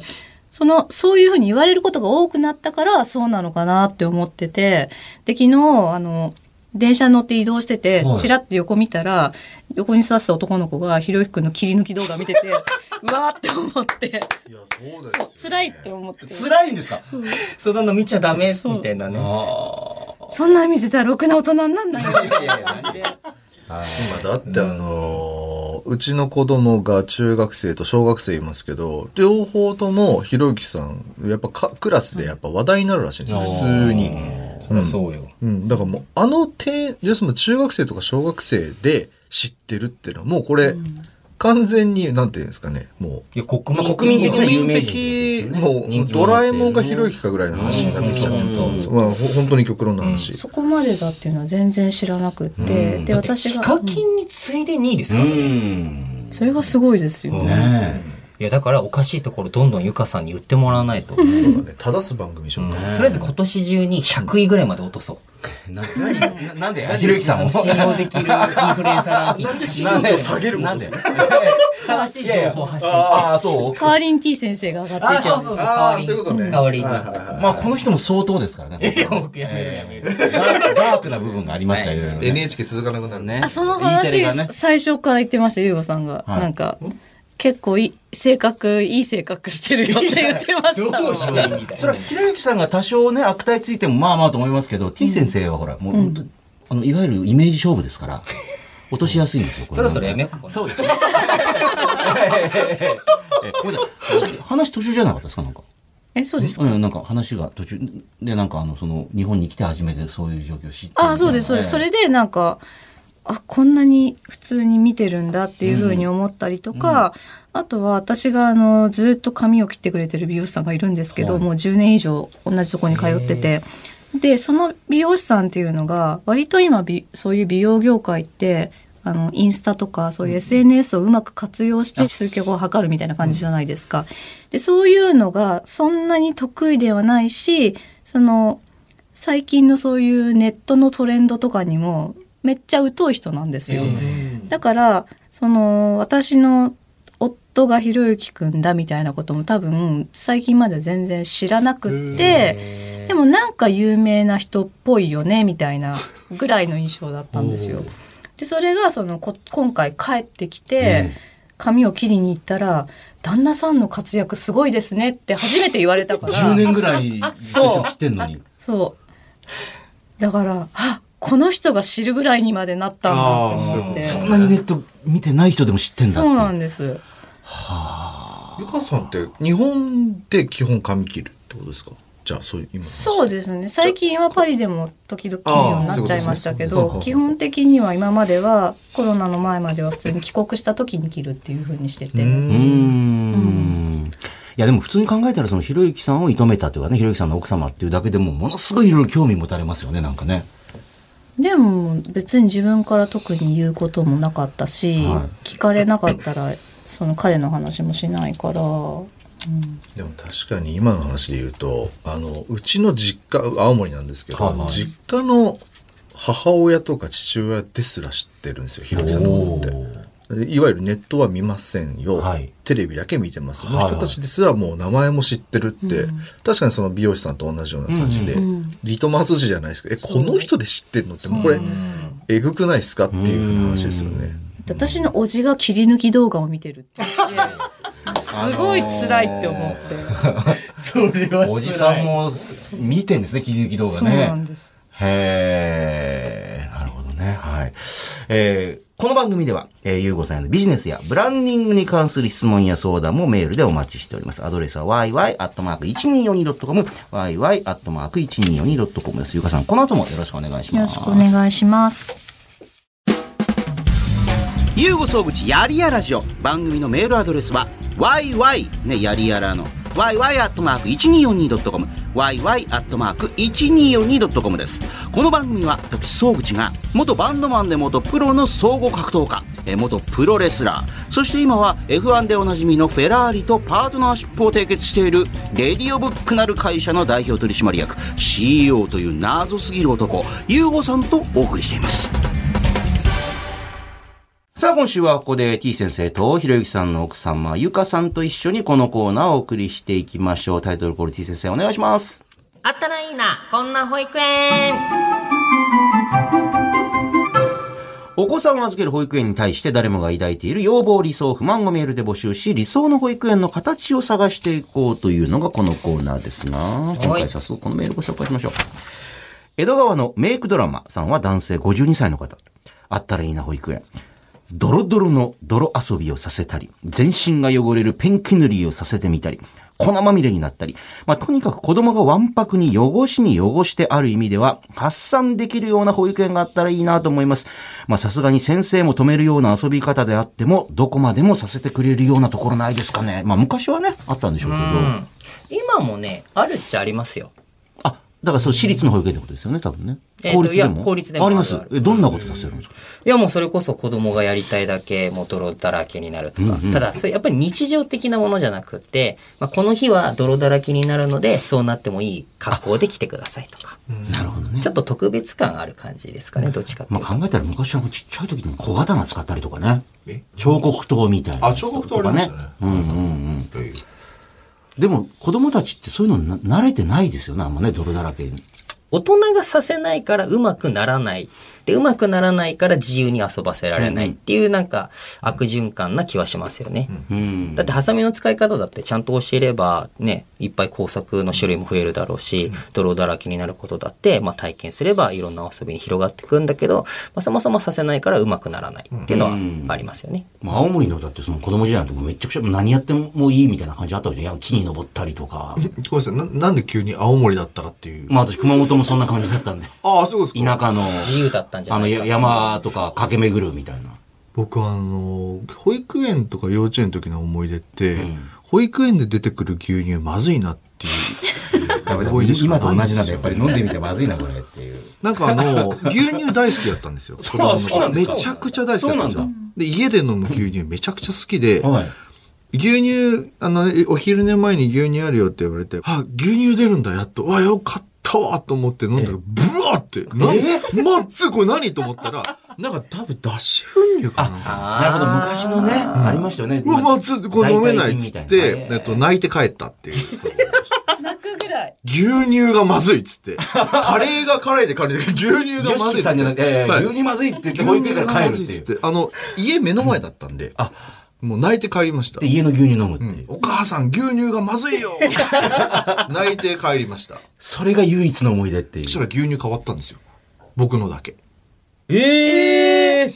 Speaker 4: その、そういうふうに言われることが多くなったから、そうなのかなって思ってて、で、昨日、あの、電車に乗って移動してて
Speaker 3: はい、
Speaker 4: ちらっと横見たら、横に座ってた男の子が、ひろゆきくんの切り抜き動画見て (laughs) て、うわーって思って、
Speaker 2: いや、そうです
Speaker 4: 辛いって思って。
Speaker 3: 辛いんですか
Speaker 4: そう
Speaker 3: そんなの見ちゃダメですみたいなね。
Speaker 4: そんなん見てたらろくな大人になんないよって感じで。
Speaker 2: 今だってあのーうちの子供が中学生と小学生いますけど、両方ともひろゆきさん、やっぱかクラスでやっぱ話題になるらしいんですよ、普通に。
Speaker 3: そりゃそうよ。
Speaker 2: うん、だからもうあの点要するに中学生とか小学生で知ってるっていうのはもうこれ、完全になんていうんですかねも
Speaker 3: いや、国
Speaker 1: まあ
Speaker 3: 民
Speaker 1: 国民的な
Speaker 2: う
Speaker 1: 有名人
Speaker 2: 的
Speaker 1: ですよね
Speaker 2: も
Speaker 1: 人
Speaker 2: う
Speaker 1: 気
Speaker 2: ド
Speaker 1: 者ってい
Speaker 2: ラえ
Speaker 1: うね
Speaker 2: もんがひろゆきかぐらいの話になってきちゃってると思うんですよ、まあ、ほ本当に極論の話、
Speaker 4: そこまでだっていうのは全然知らなくって、
Speaker 1: うん
Speaker 4: で私
Speaker 3: ヒ
Speaker 4: が
Speaker 3: カキンに次いで2位です
Speaker 1: う
Speaker 3: からね。
Speaker 1: ん。
Speaker 4: それはすごいですよね。
Speaker 3: ねえいやだからおかしいところどんどんゆかさんに言ってもらわないと。とり
Speaker 2: そうだね正す番組にしようか、
Speaker 1: ね
Speaker 3: あえず今年中に100位ぐらいまで落とそう。
Speaker 1: なななんでひろゆきさんを。
Speaker 3: 信用できるインフルエンサーランキング
Speaker 2: なんで信用値を下げるんですか
Speaker 3: 正しい情報を発信して。
Speaker 1: ああ、そう
Speaker 4: カーリン T 先生が上がっていて
Speaker 3: そうそうそう。
Speaker 2: ああそういうことね
Speaker 3: 代わりに。
Speaker 2: はいはいはい
Speaker 1: まあ、この人も相当ですからね。
Speaker 3: いや僕やめるやめる
Speaker 1: えーダーダークな部分がありますから、いろいろね
Speaker 2: NHK 続かなくなるね
Speaker 4: あその話、
Speaker 1: E テレがね
Speaker 4: 最初から言ってましたゆうごさんが、
Speaker 1: はい
Speaker 4: なんか結構いい性格いい性格してるよって言ってました
Speaker 3: どうしたらいいみたい
Speaker 1: それは、ひろゆきさんが多少ね、悪態ついても、まあまあと思いますけど、T 先生はほら、もう本当に、あの、いわゆるイメージ勝負ですから、落としやすいんですよ、これ
Speaker 3: そろそろやめようか。
Speaker 1: そうですね。えごめんなさいさっき話途中じゃなかったですか、なんか。
Speaker 4: えそうですか、
Speaker 1: うん、なんか話が途中で、なんかあの、その、日本に来て初めてそういう状況を知って。
Speaker 4: あそうですそうです、それでなんかあこんなに普通に見てるんだっていうふうに思ったりとか、あとは私があのずっと髪を切ってくれてる美容師さんがいるんですけど、
Speaker 1: はい
Speaker 4: もう10年以上同じとこに通っててでその美容師さんっていうのが割と今美そういう美容業界ってあのインスタとかそういう SNS をうまく活用して集客を図るみたいな感じじゃないですか。でそういうのがそんなに得意ではないしその最近のそういうネットのトレンドとかにもめっちゃ疎い人なんですよ。だからその私の夫がひろゆきくんだみたいなことも多分最近まで全然知らなくってでもなんか有名な人っぽいよねみたいなぐらいの印象だったんですよ。でそれがそのこ今回帰ってきて、髪を切りに行ったら「旦那さんの活躍すごいですね」って初めて言われ
Speaker 1: (laughs)
Speaker 4: たから
Speaker 1: 10年ぐらい、
Speaker 4: そう
Speaker 1: 知ってんのに。
Speaker 4: そう。だから、あこの人が知るぐらいにまでなったんだって思って。
Speaker 2: あー
Speaker 1: そんなにネット見てない人でも知ってんだって。
Speaker 4: そうなんです。
Speaker 2: ゆかさんって日本で基本髪切るってことですかじゃあそういう今の話
Speaker 4: そうですね。最近はパリでも時々切るようになっちゃいましたけ
Speaker 2: あーそういうことで
Speaker 4: ど、
Speaker 2: すね
Speaker 4: 基本的には今まではコロナの前までは普通に帰国した時に切るっていう風にして
Speaker 2: う
Speaker 4: て。
Speaker 1: うーんいやでも普通に考えたらそのひろゆきさんを射止めたというかねひろゆきさんの奥様っていうだけでもものすごいいろいろ興味持たれますよねなんかね。
Speaker 4: でも別に自分から特に言うこともなかったし
Speaker 1: は、
Speaker 4: 聞かれなかったらその彼の話もしないから。
Speaker 2: でも確かに今の話で言うとあのうちの実家青森なんですけど、
Speaker 1: はいはい
Speaker 2: 実家の母親とか父親ですら知ってるんですよひろゆきさんのことってでいわゆるネットは見ませんよ、
Speaker 1: はい
Speaker 2: テレビだけ見てますそ
Speaker 1: はい
Speaker 2: の
Speaker 1: はい
Speaker 2: 人たちですらもう名前も知ってるって、確かにその美容師さんと同じような感じで、リトマス字じゃないですけどえこの人で知ってるのってもうこれえぐくないですかっていうふうな話ですよね。
Speaker 4: 私のおじが切り抜き動画を見てるって言って、すごい辛いって思って。
Speaker 3: それは
Speaker 1: おじさんも見てんですね切り抜き動画ね。
Speaker 4: そうなんです
Speaker 1: へえ、なるほどね。はい。えーこの番組では、えー、ゆうごさんへのビジネスやブランディングに関する質問や相談もメールでお待ちしております。アドレスは yy.1242.com、yy.1242.com です。ゆうかさん、この後もよろしくお願いし
Speaker 4: よ
Speaker 1: ま
Speaker 4: ろ
Speaker 1: す。
Speaker 4: しくお願いします。
Speaker 1: ゆうご総口やりやラジオ番組のメールアドレスは yy ねやりやらの yy アットマーク 1242.com yy アットマーク 1242.com ですこの番組は私総口が元バンドマンで元プロの総合格闘家えー元プロレスラーそして今は F1 でおなじみのフェラーリとパートナーシップを締結しているレディオブックなる会社の代表取締役 CEO という謎すぎる男ゆうごさんとお送りしていますさあ、今週はここで T 先生とひろゆきさんの奥様、ゆかさんと一緒にこのコーナーをお送りしていきましょう。タイトルコール T 先生お願いします。
Speaker 5: あったらいいな、こんな保育園。
Speaker 1: お子さんを預ける保育園に対して誰もが抱いている要望、理想、不満をメールで募集し、理想の保育園の形を探していこうというのがこのコーナーですが、今回早速このメールご紹介しましょう。江戸川のメイクドラマさんは男性52歳の方。あったらいいな保育園。ドロドロの泥遊びをさせたり、全身が汚れるペンキ塗りをさせてみたり、粉まみれになったり、まあ、とにかく子供がわんぱくに汚しに汚してある意味では発散できるような保育園があったらいいなと思います。まあ、さすがに先生も止めるような遊び方であっても、どこまでもさせてくれるようなところないですかね。まあ、昔はね、あったんでしょうけど。
Speaker 3: うん今もね、あるっちゃありますよ。
Speaker 1: あ、だからその私立の保育園ってことですよね、多分ね。
Speaker 3: えっといや公立でも
Speaker 1: あります
Speaker 3: あるあ。る
Speaker 1: え、どんなことさせるんですか
Speaker 3: いやもうそれこそ子供がやりたいだけもう泥だらけになるとか、ただそれやっぱり日常的なものじゃなくって、まあ、この日は泥だらけになるのでそうなってもいい格好で来てくださいとか、
Speaker 1: なるほどね。
Speaker 3: ちょっと特別感ある感じですかねどっちかっていう
Speaker 1: ま
Speaker 3: と、
Speaker 1: あ、考えたら昔はもうちっちゃい時に小刀使ったりとかね
Speaker 2: え。
Speaker 1: 彫刻刀みたいな。
Speaker 2: あ彫刻刀ありましたね
Speaker 1: うんうんうん。
Speaker 2: という
Speaker 1: でも子供たちってそういうのな慣れてないですよね、あんまね、泥だらけに。
Speaker 3: 大人がさせないからうまくならないでうまくならないから自由に遊ばせられないっていうなんか悪循環な気はしますよね、
Speaker 1: うん。
Speaker 3: だってハサミの使い方だってちゃんと教えればねいっぱい工作の種類も増えるだろうし泥だらけになることだって、まあ、体験すればいろんな遊びに広がっていくんだけど、まあ、そもそもさせないからうまくならないっていうのはありますよね。
Speaker 1: まあ、青森のだってその子供時代のとこめちゃくちゃ何やってもいいみたいな感じあったわけじゃん。いや木に登ったりとか。
Speaker 2: ごめんなさいな、なんで急に青森だったらっていう。
Speaker 1: まあ私熊本もそんな感じだったんで。
Speaker 2: ああ、そうです
Speaker 1: 田
Speaker 2: か。
Speaker 1: 舎の、
Speaker 3: 自由だったんじゃ
Speaker 1: あの
Speaker 3: ない
Speaker 1: や
Speaker 3: か
Speaker 1: 山とか駆け巡るみたいな。
Speaker 2: 僕はあの、保育園とか幼稚園の時の思い出って、保育園で出てくる牛乳まずいなっ
Speaker 1: (laughs)
Speaker 2: ていう思い出しかないんですよ。
Speaker 1: ぱり飲んでみてまずいな、これっていう。
Speaker 2: なんかあの、牛乳大好きだったんですよ。子供
Speaker 1: (laughs)
Speaker 2: の
Speaker 1: そうな
Speaker 2: 頃
Speaker 1: んです
Speaker 2: め
Speaker 1: か
Speaker 2: ちゃくちゃ大好きだったんです
Speaker 1: そう
Speaker 2: よ
Speaker 1: な。
Speaker 2: で、家で飲む牛乳めちゃくちゃ好きで、
Speaker 1: はい。
Speaker 2: 牛乳、あの、えお昼寝前に牛乳あるよって言われて、あ、牛乳出るんだ、やっと。わ、よかったわと思って飲んだら、ブワーって、なん、まっつこれ何と思ったら、なんか多分脱脂粉乳かな。
Speaker 3: あー
Speaker 1: なるほど、昔のね、ありましたよね。
Speaker 2: うわ、まっつこれ飲めないっつ
Speaker 1: 代替品み
Speaker 2: っ
Speaker 1: たい
Speaker 2: て
Speaker 1: な、
Speaker 2: えっと、泣いて帰ったっていう。
Speaker 4: 泣くぐらい。
Speaker 2: 牛乳がまずいっつっ
Speaker 1: (laughs)
Speaker 2: て。カレーが辛いでカレーで、牛乳がまずいっつって。
Speaker 1: さんじゃなくて、
Speaker 2: はい
Speaker 1: 牛乳まずいって言って保育園から帰るっていう。
Speaker 2: あの、家目の前だったんで、あ、もう泣いて帰りました
Speaker 1: で、。家の牛乳飲むっていう。
Speaker 2: お母さん、牛乳がまずいよ
Speaker 1: (laughs)
Speaker 2: って泣いて帰りました。
Speaker 1: それが唯一の思い出ってい
Speaker 2: そした
Speaker 1: う。
Speaker 2: ら牛乳変わったんですよ。僕のだけ。
Speaker 1: ええ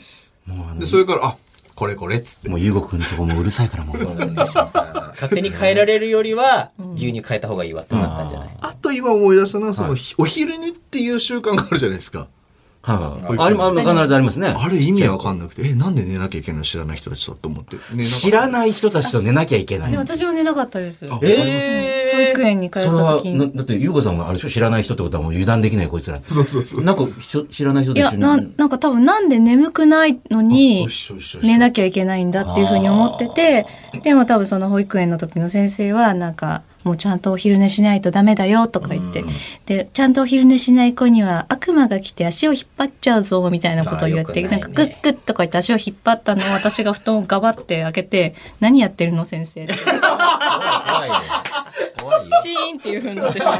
Speaker 2: で、それから、あ、これこれっつって。
Speaker 1: もう、ゆうごくんのとこもうるさいから、もう。
Speaker 3: 勝手に変えられるよりは牛乳変えた方がいいわってなったんじゃない、
Speaker 2: あと今思い出したのは、その、ひお昼寝っていう習慣があるじゃないですか。
Speaker 1: はい。あれも、あれも必ずありますね。
Speaker 2: あれ意味わかんなくて、え、なんで寝なきゃいけないの知らない人たちだと思って。寝なかった
Speaker 1: 知らない人たちと寝なきゃいけない
Speaker 4: で。私も寝なかったです。
Speaker 2: あ
Speaker 1: え
Speaker 4: 保育園に通った時
Speaker 1: それは
Speaker 4: に
Speaker 1: なだって、ゆうごさんもあれでしょ知らない人ってことはもう油断できない、こいつらって。
Speaker 2: そうそうそう。
Speaker 1: なんか、ひょ知らない人
Speaker 4: い
Speaker 1: と一緒
Speaker 4: や、
Speaker 1: に。
Speaker 4: なん、なんか多分なんで眠くないのに
Speaker 2: 一、緒一緒一緒。
Speaker 4: 寝なきゃいけないんだっていうふうに思ってて、でも多分その保育園の時の先生は、なんか、もうちゃんとお昼寝しないとダメだよとか言って、で、ちゃんとお昼寝しない子には悪魔が来て足を引っ張っちゃうぞみたいなことを言っ
Speaker 3: あー
Speaker 4: て、
Speaker 3: よくな
Speaker 4: ないん
Speaker 3: ね
Speaker 4: かグッグッとか言って足を引っ張ったのを私が布団をガバって開けて、何やってるの先 (laughs) 生って。シ
Speaker 3: 怖いよ怖いよ
Speaker 4: ーン (laughs) っていうふうになってしまっ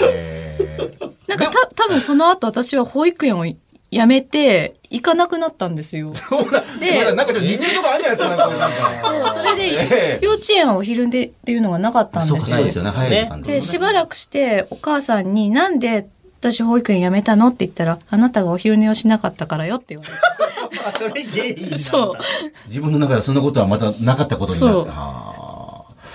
Speaker 4: て。なんかた多分その後私は保育園を辞めて行かなくなったんで
Speaker 1: (laughs)
Speaker 4: すよ。で、
Speaker 1: んかちょっと似てるとこあるじゃないですか、なんか。
Speaker 4: そう、それで、幼稚園はお昼寝っていうのがなかったん
Speaker 1: そう
Speaker 4: で
Speaker 1: か、
Speaker 4: す
Speaker 1: そう
Speaker 4: よ
Speaker 1: で。すよね。早い感じ
Speaker 4: で、しばらくして、お母さんに、なんで私保育園辞めたのって言ったら、あなたがお昼寝をしなかったからよって言われて。
Speaker 3: それ原因なんだ
Speaker 4: そう。
Speaker 1: 自分の中ではそんなことはまたなかったことにな
Speaker 4: そ
Speaker 1: っ
Speaker 4: う
Speaker 1: た。あ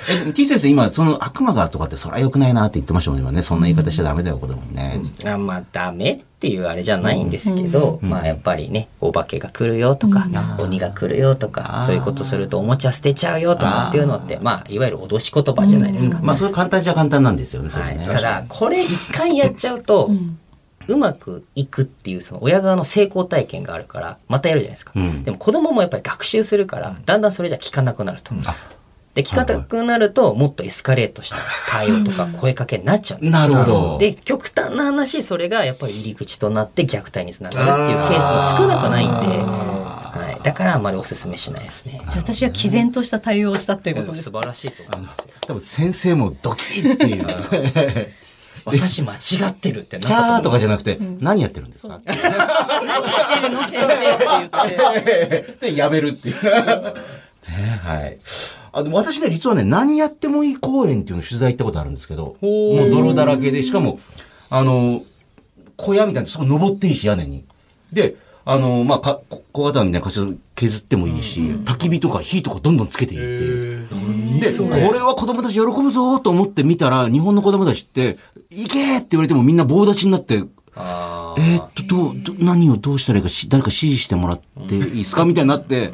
Speaker 1: ーえ、でも T 先生、今、その悪魔がとかって、そら良くないなって言ってましたもんね。今ねそんな言い方しちゃダメだよ、子供にね。つって
Speaker 3: あまあダメっていうあれじゃないんですけど、まあやっぱりねお化けが来るよとか、鬼が来るよとかそういうことするとおもちゃ捨てちゃうよとかっていうのってまあいわゆる脅し言葉じゃないですか。
Speaker 1: まあ、それ簡単じゃ簡単なんですよね、それ
Speaker 3: はい、
Speaker 1: ね。
Speaker 3: ただこれ一回やっちゃうと、うまくいくっていうその親側の成功体験があるからまたやるじゃないですか、
Speaker 1: うん
Speaker 3: でも子供もやっぱり学習するからだんだんそれじゃ聞かなくなると、で聞かなくなるともっとエスカレートした対応とか声かけになっちゃうんですよ
Speaker 1: なるほど。
Speaker 3: で極端な話それがやっぱり入り口となって虐待につながるっていうケースも少なくないんで、はい、だからあんまりおすすめしないですね。
Speaker 4: じゃあ私は毅然とした対応をしたっていうこと
Speaker 3: うん
Speaker 4: です
Speaker 3: 素。晴らしいと思いますよ。
Speaker 1: 多分先生もドキッっていう。
Speaker 3: 私間違ってるっ
Speaker 1: (laughs)
Speaker 3: て
Speaker 1: キャーとかじゃ
Speaker 3: ゃ
Speaker 1: なくて、何やってるんですか
Speaker 4: 何してるの先生って言って。
Speaker 1: で、やめるっていう。ね、はい。あ、でも私ね、実はね、何やってもいい公演っていうの取材行ったことあるんですけど、もう泥だらけで、しかも、あの、小屋みたいな、そこ登っていいし、屋根に。で、あの、まあ、か、こ小型みたいな形を削ってもいいし、焚き火とか火とかどんどんつけていいっていう。で、これは子供たち喜ぶぞと思って見たら、日本の子供たちって、行けーって言われてもみんな棒立ちになって、
Speaker 3: あ
Speaker 1: えーっと、どう、ど何をどうしたらいいかし、誰か指示してもらっていいですかみたいになって、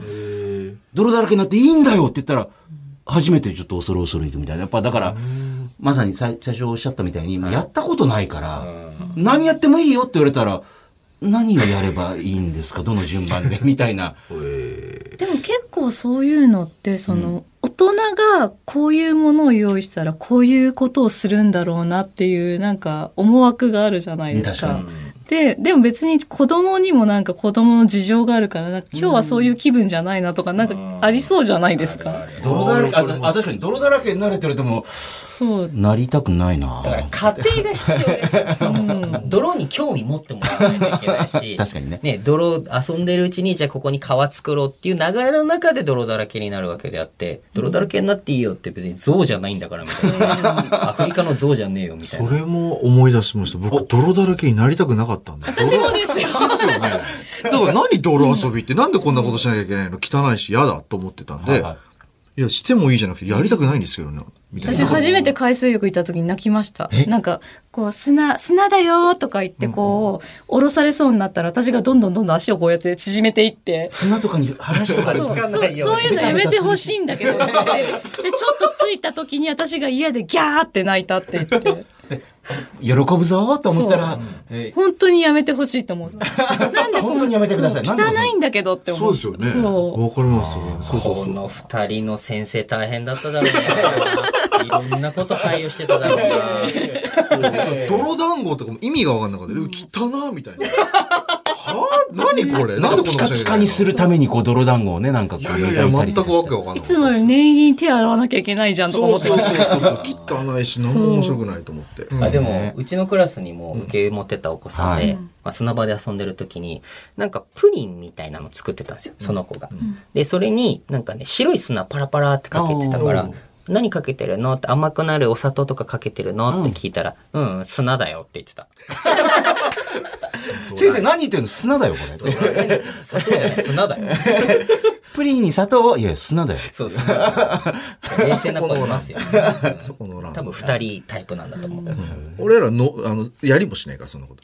Speaker 1: 泥だらけになっていいんだよって言ったら、初めてちょっと恐る恐る行くみたいな。やっぱだから、まさに最最初おっしゃったみたいに、やったことないから、何やってもいいよって言われたら、何をやればいいんですかどの順 (laughs) 番でみたいな。
Speaker 4: でも結構そういうのってその、大人がこういうものを用意したらこういうことをするんだろうなっていうなんか思惑があるじゃないですか。で、でも別に子供にもなんか子供の事情があるから、なんか今日はそういう気分じゃないなとかなんかありそうじゃないですか。
Speaker 1: 泥だらけ、あ、確かに泥だらけになれてるとも、
Speaker 4: そう。
Speaker 1: なりたくない
Speaker 3: あ。だから
Speaker 1: な
Speaker 3: 家庭が必要で
Speaker 1: (laughs)
Speaker 3: すよね。そもそも泥に興味持ってもらわないといけないし。
Speaker 1: 確かにね。
Speaker 3: ね、泥を遊んでるうちにじゃあここに川作ろうっていう流れの中で泥だらけになるわけであって泥だらけになっていいよって別に象じゃないんだからみたい
Speaker 1: (laughs)
Speaker 3: なアフリカの象じゃねえよみたい
Speaker 2: そ
Speaker 3: な
Speaker 2: れも思い出しました。僕、泥だらけになりたくなかったんで。 (laughs)
Speaker 4: 私もですよ。
Speaker 2: だから何泥遊びって、なんでこんなことしなきゃいけないの汚いし嫌だと思ってたんで、
Speaker 1: はいいはい
Speaker 2: や、してもいいじゃなくて、やりたくないんですけどね、みたい
Speaker 4: 私
Speaker 2: な。
Speaker 4: 初めて海水浴行った時に泣きました。なんか、こう、砂、砂だよーとか言って、こう、降ろされそうになったら、私がどんどんどんどん足をこうやって縮めていって、
Speaker 1: 砂とかに話とか
Speaker 4: そう
Speaker 3: つか
Speaker 4: そ
Speaker 3: な
Speaker 4: う
Speaker 3: いように
Speaker 4: そういうのやめてほしいんだけど (laughs) って言ってでちょっと着いた時に私が家でギャーって泣いたって言って
Speaker 1: 喜ぶぞと思ったら、えー
Speaker 4: 本当にやめてほしいと思うなんでこう
Speaker 1: 本当にやめてください
Speaker 4: そ
Speaker 1: な
Speaker 4: う
Speaker 1: んでこんな
Speaker 4: 汚いんだけどって思
Speaker 2: そう
Speaker 4: う
Speaker 2: ですよね。
Speaker 4: そう
Speaker 2: わかりますよね。そうそう
Speaker 3: こ
Speaker 2: そう。
Speaker 3: の二人の先生大変だっただ
Speaker 1: (laughs)
Speaker 3: ろうないろんなこと配慮してただろうな
Speaker 2: 泥団子とかも意味がわかんなかった。う汚なみたいな。はぁ何これなんでこん
Speaker 1: ピ
Speaker 2: なこ
Speaker 1: カ
Speaker 2: としなき
Speaker 1: ピカ
Speaker 2: ゃいけないの
Speaker 1: にするためにこう泥団子をね、なんかこ
Speaker 2: いうやいやいや、
Speaker 1: 焼た
Speaker 2: 全く
Speaker 1: り
Speaker 2: わけわかんない。
Speaker 4: いつもより念入りに手洗わなきゃいけないじゃんとか
Speaker 2: そ
Speaker 4: 思
Speaker 2: う
Speaker 4: って
Speaker 2: そう
Speaker 4: ま
Speaker 2: そ
Speaker 4: し
Speaker 2: う
Speaker 4: た
Speaker 2: そう。汚いし、何も面白くないと思って。
Speaker 3: あでも、うちのクラスにも受け持ってたお子さんで、まあ、砂場で遊んでる時に、なんかプリンみたいなの作ってたんですよ、その子が。で、それになんかね、白い砂パラパラってかけてたから、何かけてるのって甘くなるお砂糖とかかけてるのって聞いたら、うん、うん、砂だよって言ってた。
Speaker 1: 先生何言ってんの砂だよ、これ。
Speaker 3: (laughs) 砂糖じゃない、砂だよ。
Speaker 1: プリンに砂糖を、いや、砂だよ。
Speaker 3: (laughs) そう、砂だよ。冷静な子いますよ。 (laughs)
Speaker 2: そこのラ
Speaker 3: 多
Speaker 2: ーメ
Speaker 3: 分
Speaker 2: ン。
Speaker 3: 二人タイプなんだと思 (laughs) う。
Speaker 2: 俺らの、あの、やりもしないから、そんなこと。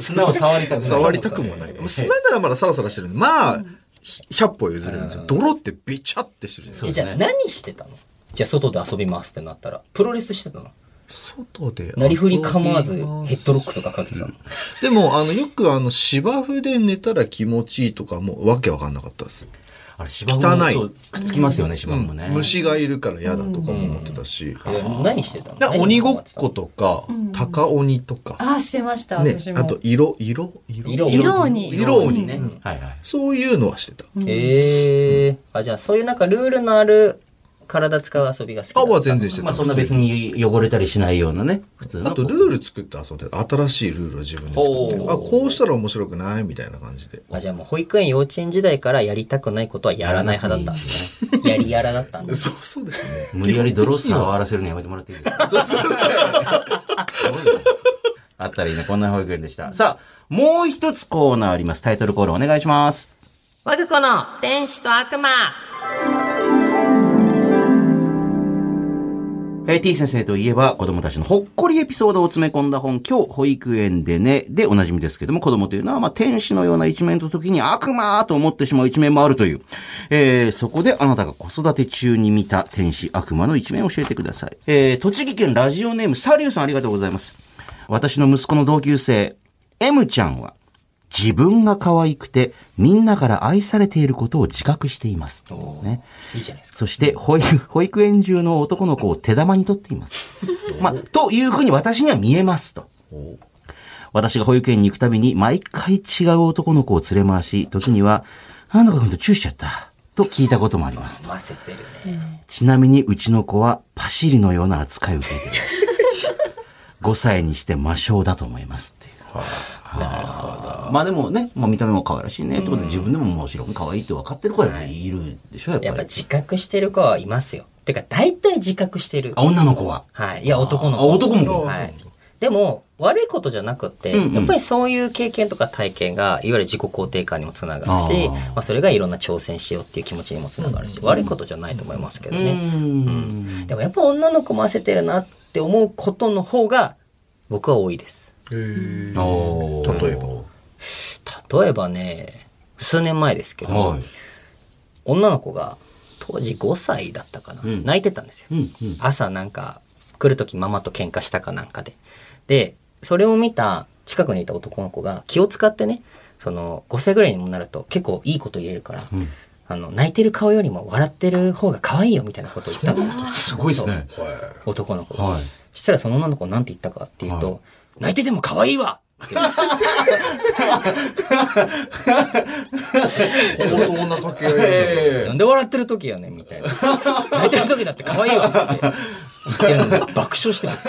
Speaker 1: 砂を触りたくない。
Speaker 2: 触りたくもない。砂ならまだサラサラしてるんで、まあ、100歩譲れるんですよ。泥ってべちゃってしてるじゃない
Speaker 3: じゃあ何してたのじゃあ外で遊びますってなったら、プロレスしてたの
Speaker 2: ですか。外で遊びます。
Speaker 3: なりふり構わずヘッドロックとかかけてたの。
Speaker 2: でも、あの、よくあの、芝生で寝たら気持ちいいとかもうわけわかんなかったです。
Speaker 1: あれ芝生も
Speaker 2: 汚い
Speaker 1: そうくっつきますよね、芝
Speaker 2: う
Speaker 1: 生
Speaker 2: ん
Speaker 1: もね。
Speaker 2: 虫がいるから嫌だとかも思ってたし。
Speaker 3: いや何してたの
Speaker 2: な
Speaker 3: 何
Speaker 2: 鬼ごっことか、高鬼とか、
Speaker 4: ああしてました
Speaker 2: ね
Speaker 4: 私、も
Speaker 2: あと色、色、色。
Speaker 3: 色
Speaker 4: 色に
Speaker 2: 色鬼
Speaker 1: ね。
Speaker 2: うん
Speaker 1: はいはい。
Speaker 2: そういうのはしてた。
Speaker 3: ええあじゃあそういうなんかルールのある体使う遊びが好きだ
Speaker 2: あ
Speaker 3: った
Speaker 2: は全然してた。
Speaker 1: まあそんな別に汚れたりしないようなね、普通の。
Speaker 2: あと、ルール作って遊んでた新しいルールを自分で作って
Speaker 1: ほう
Speaker 2: あこうしたら面白くないみたいな感じで (laughs)
Speaker 3: あじゃあもう保育園幼稚園時代からやりたくないことはやらな
Speaker 2: (laughs)
Speaker 3: い派だったんだねやりやらだったんだ
Speaker 2: そうそうですね
Speaker 1: 無理やり泥触らせるのやめてもらっていいですか (laughs) あったらいいね。こんな保育園でした。さあ、もう一つコーナーあります。タイトルコールお願いします。
Speaker 6: 我が子の天使と悪魔。
Speaker 1: えー、t 先生といえば、子供たちのほっこりエピソードを詰め込んだ本、今日、保育園でね、でおなじみですけども、子供というのは、まあ、天使のような一面と時に悪魔と思ってしまう一面もあるという。えー、そこであなたが子育て中に見た天使悪魔の一面を教えてください。えー、栃木県ラジオネーム、サリューさんありがとうございます。私の息子の同級生、M ちゃんは、自分が可愛くて、みんなから愛されていることを自覚しています。ね。
Speaker 3: いいじゃないですか
Speaker 1: そして保育、保育園中の男の子を手玉に取っています。まあ、というふうに私には見えますと。私が保育園に行くたびに毎回違う男の子を連れ回し、時には、なんとか君とチューしちゃった。と聞いたこともありますと。
Speaker 3: 混ぜてるね
Speaker 1: (laughs) ちなみにうちの子はパシリのような扱いを受けています。 5歳にして魔性だと思いますっていう。まあでもね、まあ、見た目も可愛らしいねってことで自分でももちろん可愛いって分かってる子じゃないいるでしょやっ
Speaker 3: やっ
Speaker 1: ぱ
Speaker 3: ぱ
Speaker 1: り。
Speaker 3: 自覚してる子はいますよ。てか、大体自覚してる。
Speaker 1: あ女の子は。
Speaker 3: はい。いや、男の子。
Speaker 1: あ男も
Speaker 3: はい。でも、悪いことじゃなくて、
Speaker 1: うんうん
Speaker 3: やっぱりそういう経験とか体験が、いわゆる自己肯定感にもつながるし、
Speaker 1: あー
Speaker 3: まあ、それがいろんな挑戦しようっていう気持ちにもつながるし、悪いことじゃないと思いますけどね。でもやっぱ女の子も焦ってるなって思うことの方が、僕は多いです。
Speaker 1: おー
Speaker 2: 例えば
Speaker 3: 例えばね、数年前ですけど、
Speaker 1: はい。
Speaker 3: 女の子が当時5歳だったかな、
Speaker 1: ん
Speaker 3: 泣いてたんですよ、
Speaker 1: うんうん
Speaker 3: 朝なんか来る時ママと喧嘩したかなんかででそれを見た近くにいた男の子が気を使ってねその5歳ぐらいにもなると結構いいこと言えるから、あの泣いてる顔よりも笑ってる方が可愛いよみたいなことを言ったんですよ
Speaker 1: すごいですね。
Speaker 3: 男の子が、
Speaker 1: はい。
Speaker 3: そしたらその女の子なんて言ったかっていうと、泣いてても可愛いわって言う
Speaker 2: 相当な掛け合いですよ
Speaker 3: なんで笑ってる時やねんみたいな。泣いてる時だって可愛いわって
Speaker 1: (laughs)
Speaker 3: 言ってるのに爆笑してます。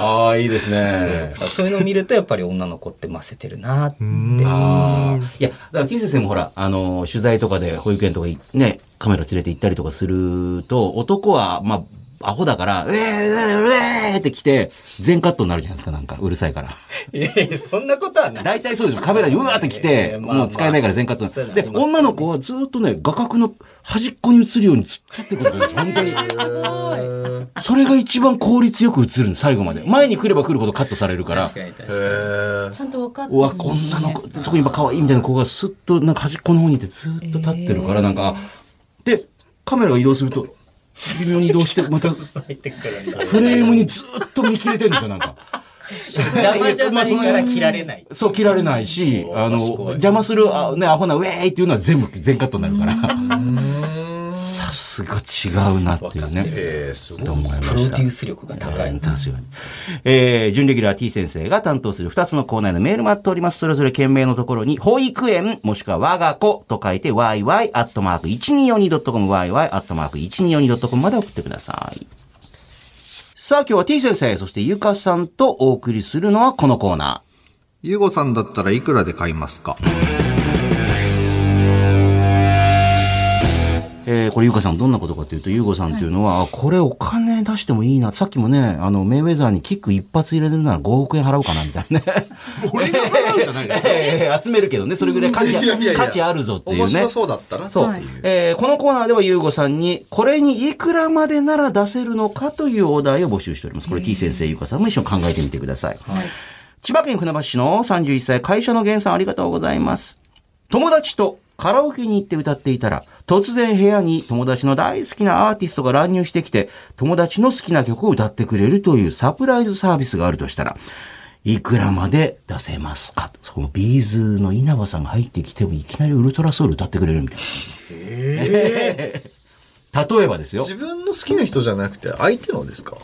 Speaker 1: ああ、いいですね。
Speaker 3: そういうのを見るとやっぱり女の子ってませてるなって。
Speaker 1: ああ。いや、だから、てぃ先生もほら、あの、取材とかで保育園とかいね、カメラ連れて行ったりとかすると、男は、まあ、アホだから、うえー、うえー、うえーって来て、全カットになるじゃないですか、なんか、うるさい
Speaker 3: (laughs)
Speaker 1: から。
Speaker 3: いやいや、そんなことはない。
Speaker 1: 大体そうですよ。カメラにうわーって来
Speaker 3: え
Speaker 1: て、
Speaker 3: ーまあまあ
Speaker 1: もう使えないから全カッ
Speaker 3: そういう
Speaker 1: ト。
Speaker 3: のあ
Speaker 1: で、
Speaker 3: りますね
Speaker 1: 女の子はずーっとね、画角の端っこに映るようにずっとってくるんですよ本当に。それが一番効率よく映るの、最後まで。前に来れば来るほどカットされるから。
Speaker 3: に確か
Speaker 2: へー
Speaker 4: ちゃんと分かって
Speaker 1: うわ、女の子、特に今可愛いみたいな子がスッと、なんか端っこの方にいてずっと立ってるから、なんか、で、カメラが移動すると、微妙に移動して、また、フ
Speaker 3: 入ってくるんだ。
Speaker 1: レームにずっと見切れてるんですよ、なんか。
Speaker 3: 邪魔じゃないから切られない。
Speaker 1: そう、切られないし、あの、邪魔する、あね、アホな、ウェーイっていうのは全部、全カットになるから。さすが違うなっていうね。
Speaker 2: えーすごい
Speaker 1: と思いま
Speaker 3: プロ
Speaker 1: した
Speaker 3: デュ。ース力が高い。
Speaker 1: 確かに。えー、準レギュラー T 先生が担当する2つのコーナーのメール待っております。それぞれ件名のところに、保育園、もしくは我が子と書いて、yy.1242.com、yy.1242.com まで送ってください。さあ、今日は T 先生、そしてゆかさんとお送りするのはこのコーナー。
Speaker 2: ゆうごさんだったらいくらで買いますか
Speaker 1: えー、これ、ゆかさん、どんなことかというと、ゆうごさんというのは、あこれお金出してもいいな。さっきもね、あの、メイウェザーにキック一発入れるなら5億円払うかな、みたいなね。
Speaker 2: 俺が払うんじゃないですか
Speaker 1: えー集めるけどね、それぐらい価値あ
Speaker 2: いやいやいや
Speaker 1: 価値あるぞっていうね。
Speaker 2: 面白そうだったな
Speaker 1: そう、
Speaker 4: はい
Speaker 1: えーこのコーナーでは、ゆうごさんに、これにいくらまでなら出せるのかというお題を募集しております。これ、t 先生、ゆうかさんも一緒に考えてみてください。千葉県船橋市の31歳、会社の源さん、ありがとうございます。友達とカラオケに行って歌っていたら、突然部屋に友達の大好きなアーティストが乱入してきて、友達の好きな曲を歌ってくれるというサプライズサービスがあるとしたら、いくらまで出せますかとそのビーズの稲葉さんが入ってきてもいきなりウルトラソウル歌ってくれるみたいな。例えばですよ。
Speaker 2: 自分の好きな人じゃなくて相手のですか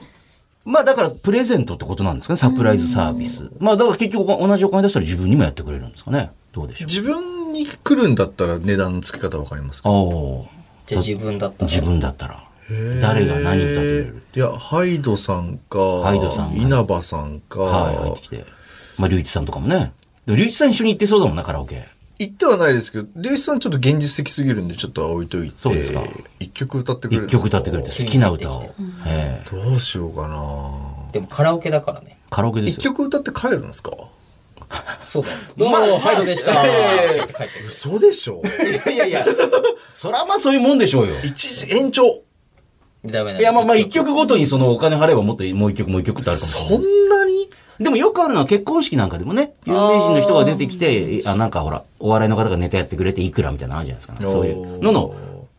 Speaker 1: まあだからプレゼントってことなんですかね、サプライズサービス。まあだから結局同じお金出したら自分にもやってくれるんですかね。どうでしょう。
Speaker 2: 自分に来るんだったら値段の付け方わかりますか
Speaker 1: お
Speaker 3: じゃあ自分だった
Speaker 1: ー
Speaker 3: ら。
Speaker 1: 自分だったら。誰が何歌ってくれる
Speaker 2: いやハイドさんか
Speaker 1: ハイドさん
Speaker 2: 稲葉さんか、
Speaker 1: はい、入ってきて。まあ、隆一さんとかもね。でも隆一さん一緒に行ってそうだもんな、カラオケ。
Speaker 2: 言ってはないですけど龍一さんちょっと現実的すぎるんでちょっとは置いといて
Speaker 1: そうですか
Speaker 2: 一曲歌ってくれ
Speaker 1: 一
Speaker 2: るんです
Speaker 1: 曲歌
Speaker 2: か
Speaker 1: ってくれて、好きな歌を。ええ
Speaker 2: どうしようかな
Speaker 3: でもカラオケだからね。
Speaker 1: カラオケで
Speaker 2: 一
Speaker 1: すよ。
Speaker 2: 曲歌って帰るんですか
Speaker 3: そうだよ。どうも、ハイドでした。って書いてる
Speaker 2: 嘘でしょ
Speaker 1: いやいや、そらまあそういうもんでしょうよ。
Speaker 2: (laughs) 一時延長
Speaker 3: ダメだ
Speaker 1: いや、まあまあ、一曲ごとにそのお金払えばもっともう一曲もう一曲ってあるかもしれない
Speaker 2: そんなに
Speaker 1: でもよくあるのは結婚式なんかでもね、有名人の人が出てきて、あなんかほら、お笑いの方がネタやってくれていくらみたいなのあるじゃないですか。そういうのの、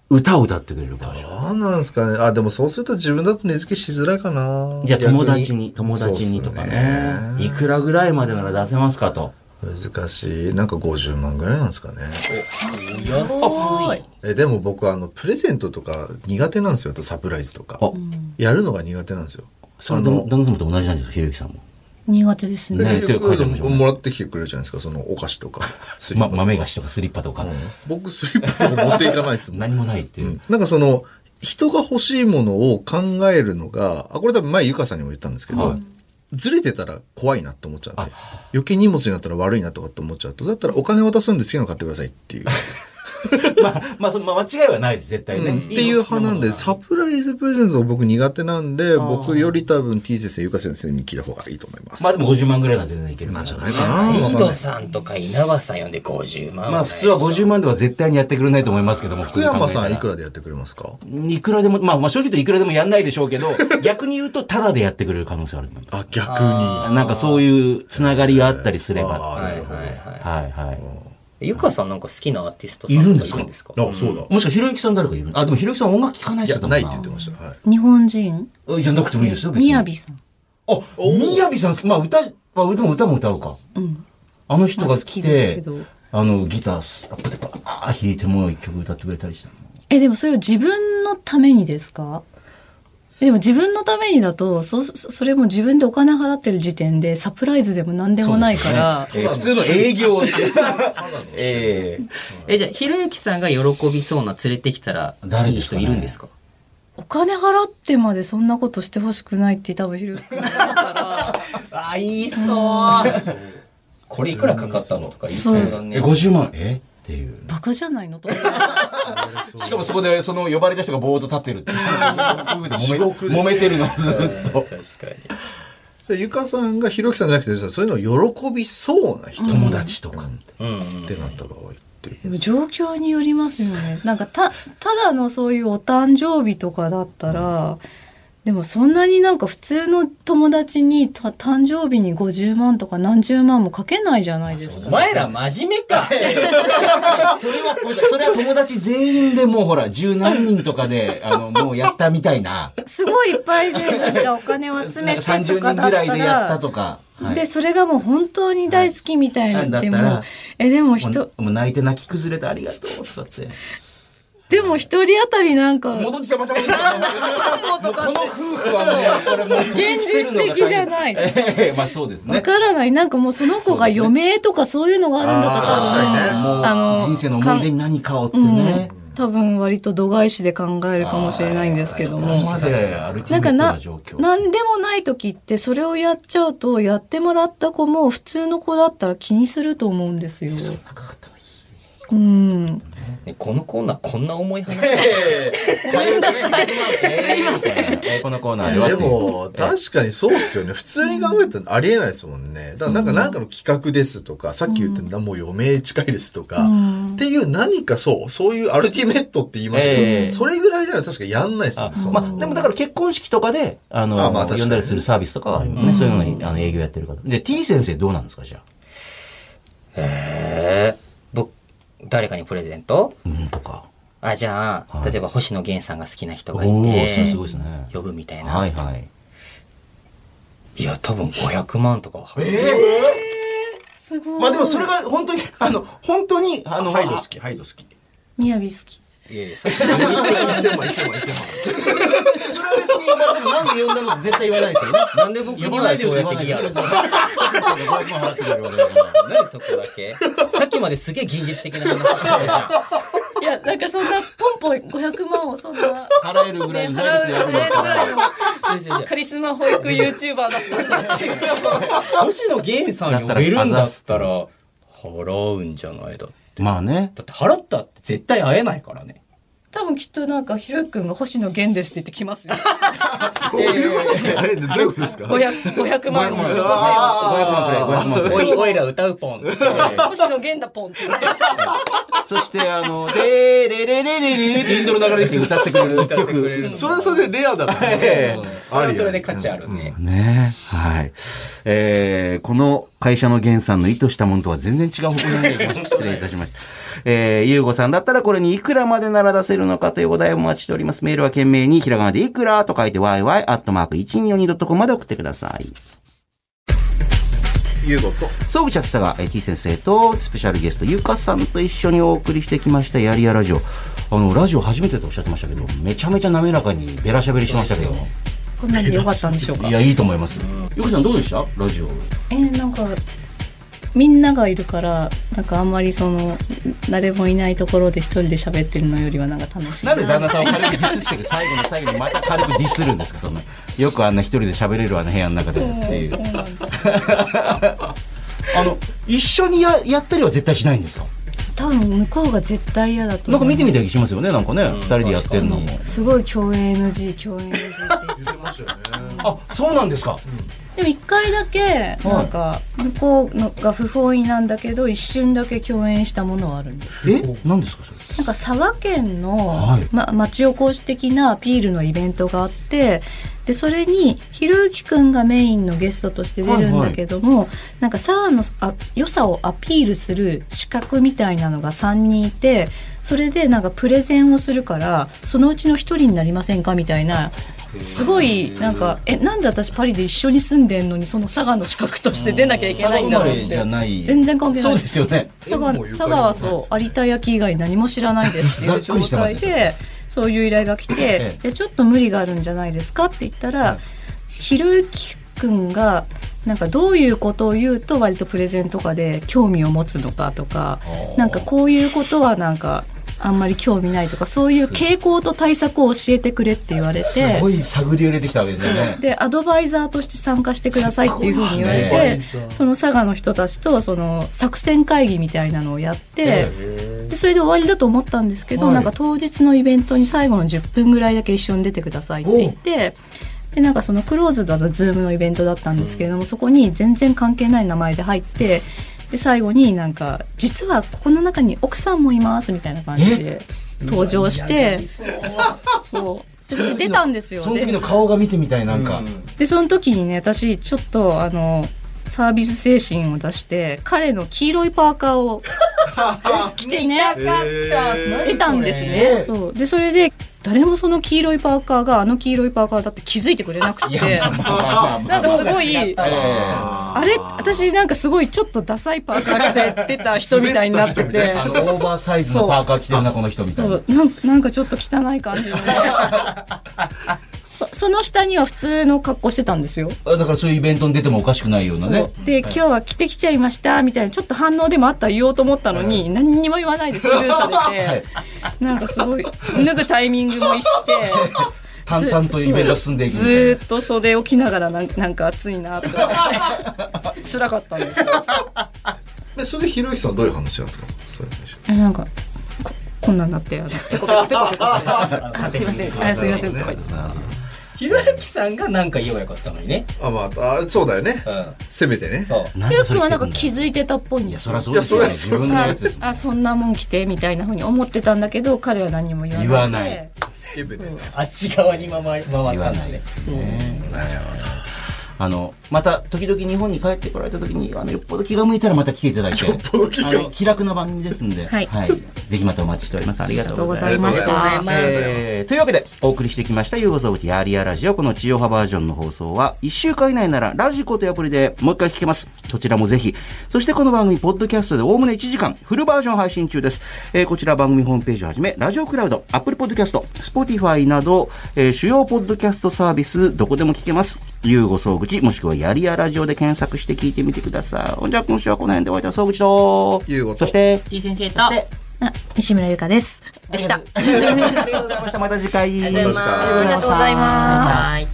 Speaker 1: 歌を歌ってくれる場合。
Speaker 2: 何なんですかねあでもそうすると自分だと値付けしづらいかな
Speaker 1: じゃあ
Speaker 2: 逆
Speaker 1: 友達に、友達にとかね。いくらぐらいまでなら出せますかと。
Speaker 2: 難しいなんか50万ぐらいなんですかね
Speaker 3: 安い。
Speaker 2: えでも僕あのプレゼントとか苦手なんですよあとサプライズとか
Speaker 1: あ
Speaker 2: やるのが苦手なんですよ
Speaker 1: それでも旦那様と同じなんですよ、ひろゆきさんも。
Speaker 4: 苦手ですね。
Speaker 1: ね
Speaker 2: 結
Speaker 1: 手を書いてあるでしょ
Speaker 2: 局もらってきてくれるじゃないですかそのお菓子とか
Speaker 1: (laughs)
Speaker 2: スリッパ
Speaker 1: ま、
Speaker 2: とか
Speaker 1: 豆菓子とかスリッパとか、
Speaker 2: 僕スリッパとか持っていかないですもん
Speaker 1: 何もないっていう。
Speaker 2: なんかその人が欲しいものを考えるのが、あ、これ多分前ゆかさんにも言ったんですけど、ずれてたら怖いなって思っちゃって、余計荷物になったら悪いなとかって思っちゃうと、だったらお金渡すんですけど買ってくださいっていう。
Speaker 1: まあ、まあ、そのまあ間違いはないです、絶対ね。
Speaker 2: っていう派なんで、サプライズプレゼントが僕苦手なんで、僕より多分 T 先生、ゆか先生に聞いた方がいいと思います。
Speaker 1: まあでも50万ぐらいなんて全然いける
Speaker 2: なんじゃないかな。
Speaker 3: 井
Speaker 2: わかんない
Speaker 3: 戸さんとか稲葉さん呼んで50万。
Speaker 1: まあ普通は50万では絶対にやってくれないと思いますけども、
Speaker 2: 福山さんいく
Speaker 1: ら
Speaker 2: らでやってくれますか
Speaker 1: いくらでも、まあまあ正直言うといくらでもやんないでしょうけ
Speaker 2: (laughs)
Speaker 1: ど、逆に言うとタダでやってくれる可能性あると思いま
Speaker 2: あ、逆に。
Speaker 1: す。なんかそういうつながりがあったりすれば。
Speaker 2: あ
Speaker 3: は
Speaker 2: ないる
Speaker 3: はい
Speaker 2: ほど
Speaker 3: は
Speaker 1: はいはい。
Speaker 3: い。ゆかさんなんか好きなアーティストさんとかいるんですか
Speaker 2: あ、そうだ。
Speaker 1: もしくはひろゆきさん誰かいるあ、でもひろゆきさん音楽聴かない
Speaker 2: い
Speaker 1: 人
Speaker 2: や、
Speaker 1: だもん
Speaker 2: ないって言ってました。はい。
Speaker 4: 日本人
Speaker 1: た。じゃなくてもいいですよ、
Speaker 4: みやびさん。
Speaker 1: あ、みやびさん好き、まあ歌、まあ歌も歌も歌うか。
Speaker 4: うん。
Speaker 1: あの人
Speaker 4: まあ
Speaker 1: が
Speaker 4: 好
Speaker 1: 来
Speaker 4: きです
Speaker 1: て、
Speaker 4: けど。
Speaker 1: あのギタースラップでバーッ弾いてもう一曲歌ってくれたりしたの。
Speaker 4: え、でもそれを自分のためにですかでも自分のためにだと、そ、そそれも自分でお金払ってる時点でサプライズでも何でもないから、
Speaker 1: えー普通の営業って。 (laughs) えー
Speaker 3: え、じゃあ、ひろゆきさんが喜びそうな連れてきたら、
Speaker 1: 誰
Speaker 3: いい
Speaker 1: ですか
Speaker 3: 人
Speaker 1: ね
Speaker 3: いるんですか
Speaker 4: お金払ってまでそんなことしてほしくないって多分ひろゆきさんだから、
Speaker 3: あ、いそう。これいくらかかったのとか言いそうだね
Speaker 1: え、。50万、えっていう。
Speaker 4: (laughs) バカじゃないの (laughs) と思う
Speaker 1: しかもそこで、その呼ばれた人がぼーっと立ってるって (laughs) いう。揉め揉めてるの、ずっと。
Speaker 3: 確かに。
Speaker 2: でゆかさんがひろきさんじゃなくて、そういうのを喜びそうな人
Speaker 1: 友達とか。
Speaker 3: うんうん。
Speaker 2: ってなった場合っていう。
Speaker 4: でも状況によりますよね。なんかた、ただのそういうお誕生日とかだったら、でもそんなになんか普通の友達にた誕生日に50万とか何十万もかけないじゃないです
Speaker 3: お
Speaker 4: か。
Speaker 3: 前ら真面目か。
Speaker 1: それは、ごめんなさいそれは友達全員でもうほら、十何人とか (laughs) で、あの、もうやったみたいな。
Speaker 4: すごいいっぱいで、なんかお金を
Speaker 1: な
Speaker 4: 集め
Speaker 1: ん
Speaker 4: て
Speaker 1: か30
Speaker 4: とか
Speaker 1: 人
Speaker 4: だっ
Speaker 1: ぐらい
Speaker 4: た
Speaker 1: でやった
Speaker 4: ら、
Speaker 1: とか。はい
Speaker 4: で、それがもう本当に大好きみたい
Speaker 1: はい
Speaker 4: なって、
Speaker 1: だった
Speaker 4: もう
Speaker 1: ら、
Speaker 4: え、でも
Speaker 1: も
Speaker 4: 人、
Speaker 1: うもう泣いて泣き崩れてありがとうとかって。
Speaker 4: でも一人当たりなんか、
Speaker 1: 戻ってきたまた戻ってきた。もうこの夫婦はもう、これもう、現
Speaker 4: 現実的じゃない
Speaker 1: ええまあそうです
Speaker 4: わ
Speaker 1: ね。
Speaker 4: からない。なんかもうその子が余命とかそういうのがあるんだったら
Speaker 2: あー確かにね
Speaker 1: もう人生の思い出に何かをってね。
Speaker 4: 多分割と度外視で考えるかもしれないんですけども。
Speaker 1: ここまでアルティ
Speaker 4: なん
Speaker 1: メ
Speaker 4: か
Speaker 1: ット
Speaker 4: な
Speaker 1: な状況。、
Speaker 4: なんでもない時ってそれをやっちゃうと、やってもらった子も普通の子だったら気にすると思うんですよ。うん。
Speaker 3: ねこのコーナーこんな重い話
Speaker 1: すいません。えーこのコーナーでは。
Speaker 2: でも、確かにそうっすよね。普通に考えたらありえないですもんね。だからなんか、なんかの企画ですとか、さっき言ってたもう余命近いですとか、っていう何かそう、そういうアルティメットって言いました
Speaker 1: え
Speaker 2: け
Speaker 1: え
Speaker 2: ど、それぐらいなら確かやんないですもんね。そんな
Speaker 1: まあ、でもだから結婚式とかで、あの、
Speaker 2: あまあ確かに
Speaker 1: 呼んだりするサービスとかはあるよね。そういうのに、あの、営業やってる方。で、T 先生どうなんですか、じゃあ。
Speaker 3: ええ僕誰かにプレゼント
Speaker 1: うん、とか。
Speaker 3: あじゃあ、例えば星野源さんが好きな人
Speaker 1: お
Speaker 3: がい
Speaker 1: おーそれ
Speaker 3: て
Speaker 1: すごいですね。
Speaker 3: 呼ぶみたいな、
Speaker 1: はい
Speaker 3: い、
Speaker 1: はい。
Speaker 3: や多分500万とかは払う
Speaker 4: すごい。
Speaker 1: まあでもそれが本当に、あの、本当に、あの、
Speaker 2: ハイド好き、ハイド好き。
Speaker 4: みやび好き。
Speaker 3: いやいやそれ現実的な
Speaker 2: 1000万、1000万、1000万。
Speaker 1: それは別に言われてもなんで呼んだのって絶対言わないですよね。
Speaker 3: なんで僕にはそうやってリアルな (laughs) 何そこだけさっきまですげえ現実的な話してたじゃん
Speaker 4: いや、なんかそんなポンポン500万をそんな。
Speaker 1: 払えるぐらいの財力でやるんだっ
Speaker 4: 払
Speaker 1: た
Speaker 4: うぐら
Speaker 1: ら。
Speaker 3: 違う違
Speaker 4: いの
Speaker 3: う違う
Speaker 4: カリスマ保育 YouTuber だったんだっていう。
Speaker 3: (laughs) 星野源さん呼べるんだったら払うんじゃないだ
Speaker 1: まあね。
Speaker 3: だって払ったって絶対会えないから (laughs) ね
Speaker 4: 多分きっとなんかひろゆきくんが星野源ですって言って
Speaker 1: (laughs)
Speaker 4: きますよ。
Speaker 2: どういうことですかえどういうことですか
Speaker 4: 500, 500
Speaker 1: 500
Speaker 4: 万円
Speaker 1: 万くらい、500万くら (laughs)
Speaker 3: お
Speaker 1: い。
Speaker 3: いおいら歌うポン
Speaker 4: (laughs) 星野源だポンって。
Speaker 1: (laughs) そして、あの、でーれれれれれれってイントロ流れてきて歌ってくれる曲。
Speaker 2: それはそれでレアだな。
Speaker 1: ええ
Speaker 3: それはそれで価値あるね。
Speaker 1: ねえ、はい。えー、この会社の源さんの意図したものとは全然違う方向に行きま (laughs) した失礼いたしました。えー、ゆうごさんだったらこれにいくらまでなら出せるのかというお題をお待ちしております。メールは懸命にひらがなでいくらと書いて yy.1242.com まで送ってください。
Speaker 2: ユーゴと。
Speaker 1: 総口千草がえー T 先生とスペシャルゲストゆかさんと一緒にお送りしてきましたやりやラジオあのラジオ初めてとおっしゃってましたけどめちゃめちゃ滑らかにべらしゃべりしましたけど
Speaker 4: こんなに良かったんでしょうか
Speaker 1: い。やいいと思いますゆかさんどうでしたラジオ
Speaker 4: えーなんかみんながいるからなんかあんまりその誰もいないところで一人で喋ってるのよりはなんか楽しい
Speaker 1: なんで旦那さんを軽くディスってる最後の最後にまた軽くディスるんですかそんなよくあんな一人で喋れるあの部屋の中でっていう
Speaker 4: そうなんです
Speaker 1: あの一緒にややったりは絶対しないんですか
Speaker 4: 多分向こうが絶対嫌だと
Speaker 1: なん
Speaker 4: 思
Speaker 1: か
Speaker 4: う
Speaker 1: 見てみたりしますよねなんかね二人でやってんのも
Speaker 4: すごい共演 NG 共演 NG
Speaker 1: (laughs)
Speaker 4: って言って
Speaker 1: あそうなんですか
Speaker 4: でも一回だけなんか向こうのが不本意なんだけど一瞬だけ共演したものはあるんです
Speaker 1: え何ですかそれ
Speaker 4: なんか佐賀県の
Speaker 1: はい、
Speaker 4: ま、町おこし的なアピールのイベントがあってでそれにひろゆきくんがメインのゲストとして出るんだけども、なんか佐賀のあ良さをアピールする資格みたいなのが3人いてそれでなんかプレゼンをするからそのうちの1人になりませんかみたいな。すごいなんかえなんで私パリで一緒に住んでんのにその佐賀の資格として出なきゃいけないんだろうって
Speaker 1: ない
Speaker 4: 全然関係ない
Speaker 1: そうですよね
Speaker 4: 佐賀佐賀はそう有田焼以外何も知らないですっていう
Speaker 1: ざっくりして
Speaker 4: 状
Speaker 1: ます
Speaker 4: 態
Speaker 1: ね
Speaker 4: でそういう依頼が来て
Speaker 1: え
Speaker 4: 「いやちょっと無理があるんじゃないですか?」って言ったらひろゆきくんがなんかどういうことを言うと割とプレゼンとかで興味を持つのかとかなんかこういうことはなんかあんまり興味ないとかそういう傾向と対策を教えてくれって言われて
Speaker 1: すごい探り入れてきたわけですよね
Speaker 4: でアドバイザーとして参加してくださいっていうふうに言われ
Speaker 1: すごい
Speaker 4: て、その佐賀の人たちとその作戦会議みたいなのをやって、でそれで終わりだと思ったんですけど、
Speaker 1: はい
Speaker 4: なんか当日のイベントに最後の10分ぐらいだけ一緒に出てくださいって言って。でなんかそのクローズドのズームのイベントだったんですけれども、そこに全然関係ない名前で入ってで最後になんか実はここの中に奥さんもいますみたいな感じで登場してそうで私出たんですよ
Speaker 1: その
Speaker 4: で
Speaker 1: 時の顔が見てみたいなんか、
Speaker 4: でその時にね私ちょっとあのサービス精神を出して彼の黄色いパーカー (laughs) を着てね出たんですね。そうでそれで誰もその黄色いパーカーがあの黄色いパーカーだって気づいてくれなくてなんかすごいあれ私なんかすごいちょっとダサいパーカー着 (laughs) て出た人みたいになってて。
Speaker 1: あのオーバーサイズのパーカー着てるなこの人みたい
Speaker 4: そ
Speaker 1: な
Speaker 4: うなんなんかちょっと汚い感じの (laughs) そその下には普通の格好してたんですよ
Speaker 1: あだからそういうイベントに出てもおかしくないようなね
Speaker 4: そうで、今日は着てきちゃいましたみたいなちょっと反応でもあったら言おうと思ったのに、何にも言わないでスルーされて、なんかすごい脱ぐタイミングも一して
Speaker 1: 淡々とイベントが進んでいくみた
Speaker 4: ず
Speaker 1: いな
Speaker 4: ーっと袖を着ながらなんなんか暑いなと (laughs) か思って辛かったんですよ
Speaker 2: でそれでひろゆきさんはどういう話なんですかそれ最初
Speaker 4: えなんかここんなんなってあのペコペコペコペコしてあすいませんあすいませんとか言って
Speaker 3: ひろゆきさんがなんか言えばよかったのにね。
Speaker 2: あまああそうだよね
Speaker 3: うん。
Speaker 2: せめてね
Speaker 3: そう。
Speaker 1: なん
Speaker 4: ひ
Speaker 1: で
Speaker 4: ろ
Speaker 1: そ
Speaker 4: 君
Speaker 1: れ着
Speaker 4: は
Speaker 1: て
Speaker 4: なん
Speaker 1: く
Speaker 4: か
Speaker 1: んだ
Speaker 4: 気づいてたっぽいんです
Speaker 1: そ
Speaker 4: よ
Speaker 1: りゃそうですよね自分のやつですもん
Speaker 4: あそんなもん着てみたいなふうに思ってたんだけど彼は何も言わない
Speaker 1: 言わない
Speaker 2: スケベでね
Speaker 3: あっち側に回回ったん
Speaker 1: 言わ
Speaker 3: だ
Speaker 1: ないで
Speaker 3: ね。
Speaker 1: すねあのまた時々日本に帰ってこられた時にあのよっぽど気が向いたらまた来ていただいてあの気楽な番組ですんで、
Speaker 4: はい
Speaker 1: ぜひまたお待ちしておりますありがとうございます
Speaker 2: ました
Speaker 4: ありがとうございました
Speaker 1: えーというわけでお送りしてきました「ゆうごそうちやりやラジオ」この地上波バージョンの放送は1週間以内ならラジコというアプリでもう一回聞けますそちらもぜひそしてこの番組ポッドキャストでおおむね1時間フルバージョン配信中です、えーこちら番組ホームページをはじめラジオクラウドアップルポッドキャストスポティファイなど、えー主要ポッドキャストサービスどこでも聞けますゆうごそう口もしくはやりやラジオで検索して聞いてみてくださいほんじゃ今週はこの辺で終わりだそう口と
Speaker 2: ゆうごと
Speaker 1: そして
Speaker 7: てぃ先生と
Speaker 4: あ西村ゆかですでした
Speaker 1: ありがとうございましたまた次回
Speaker 7: ありがとうございます。
Speaker 1: ありがとうございます
Speaker 7: はい。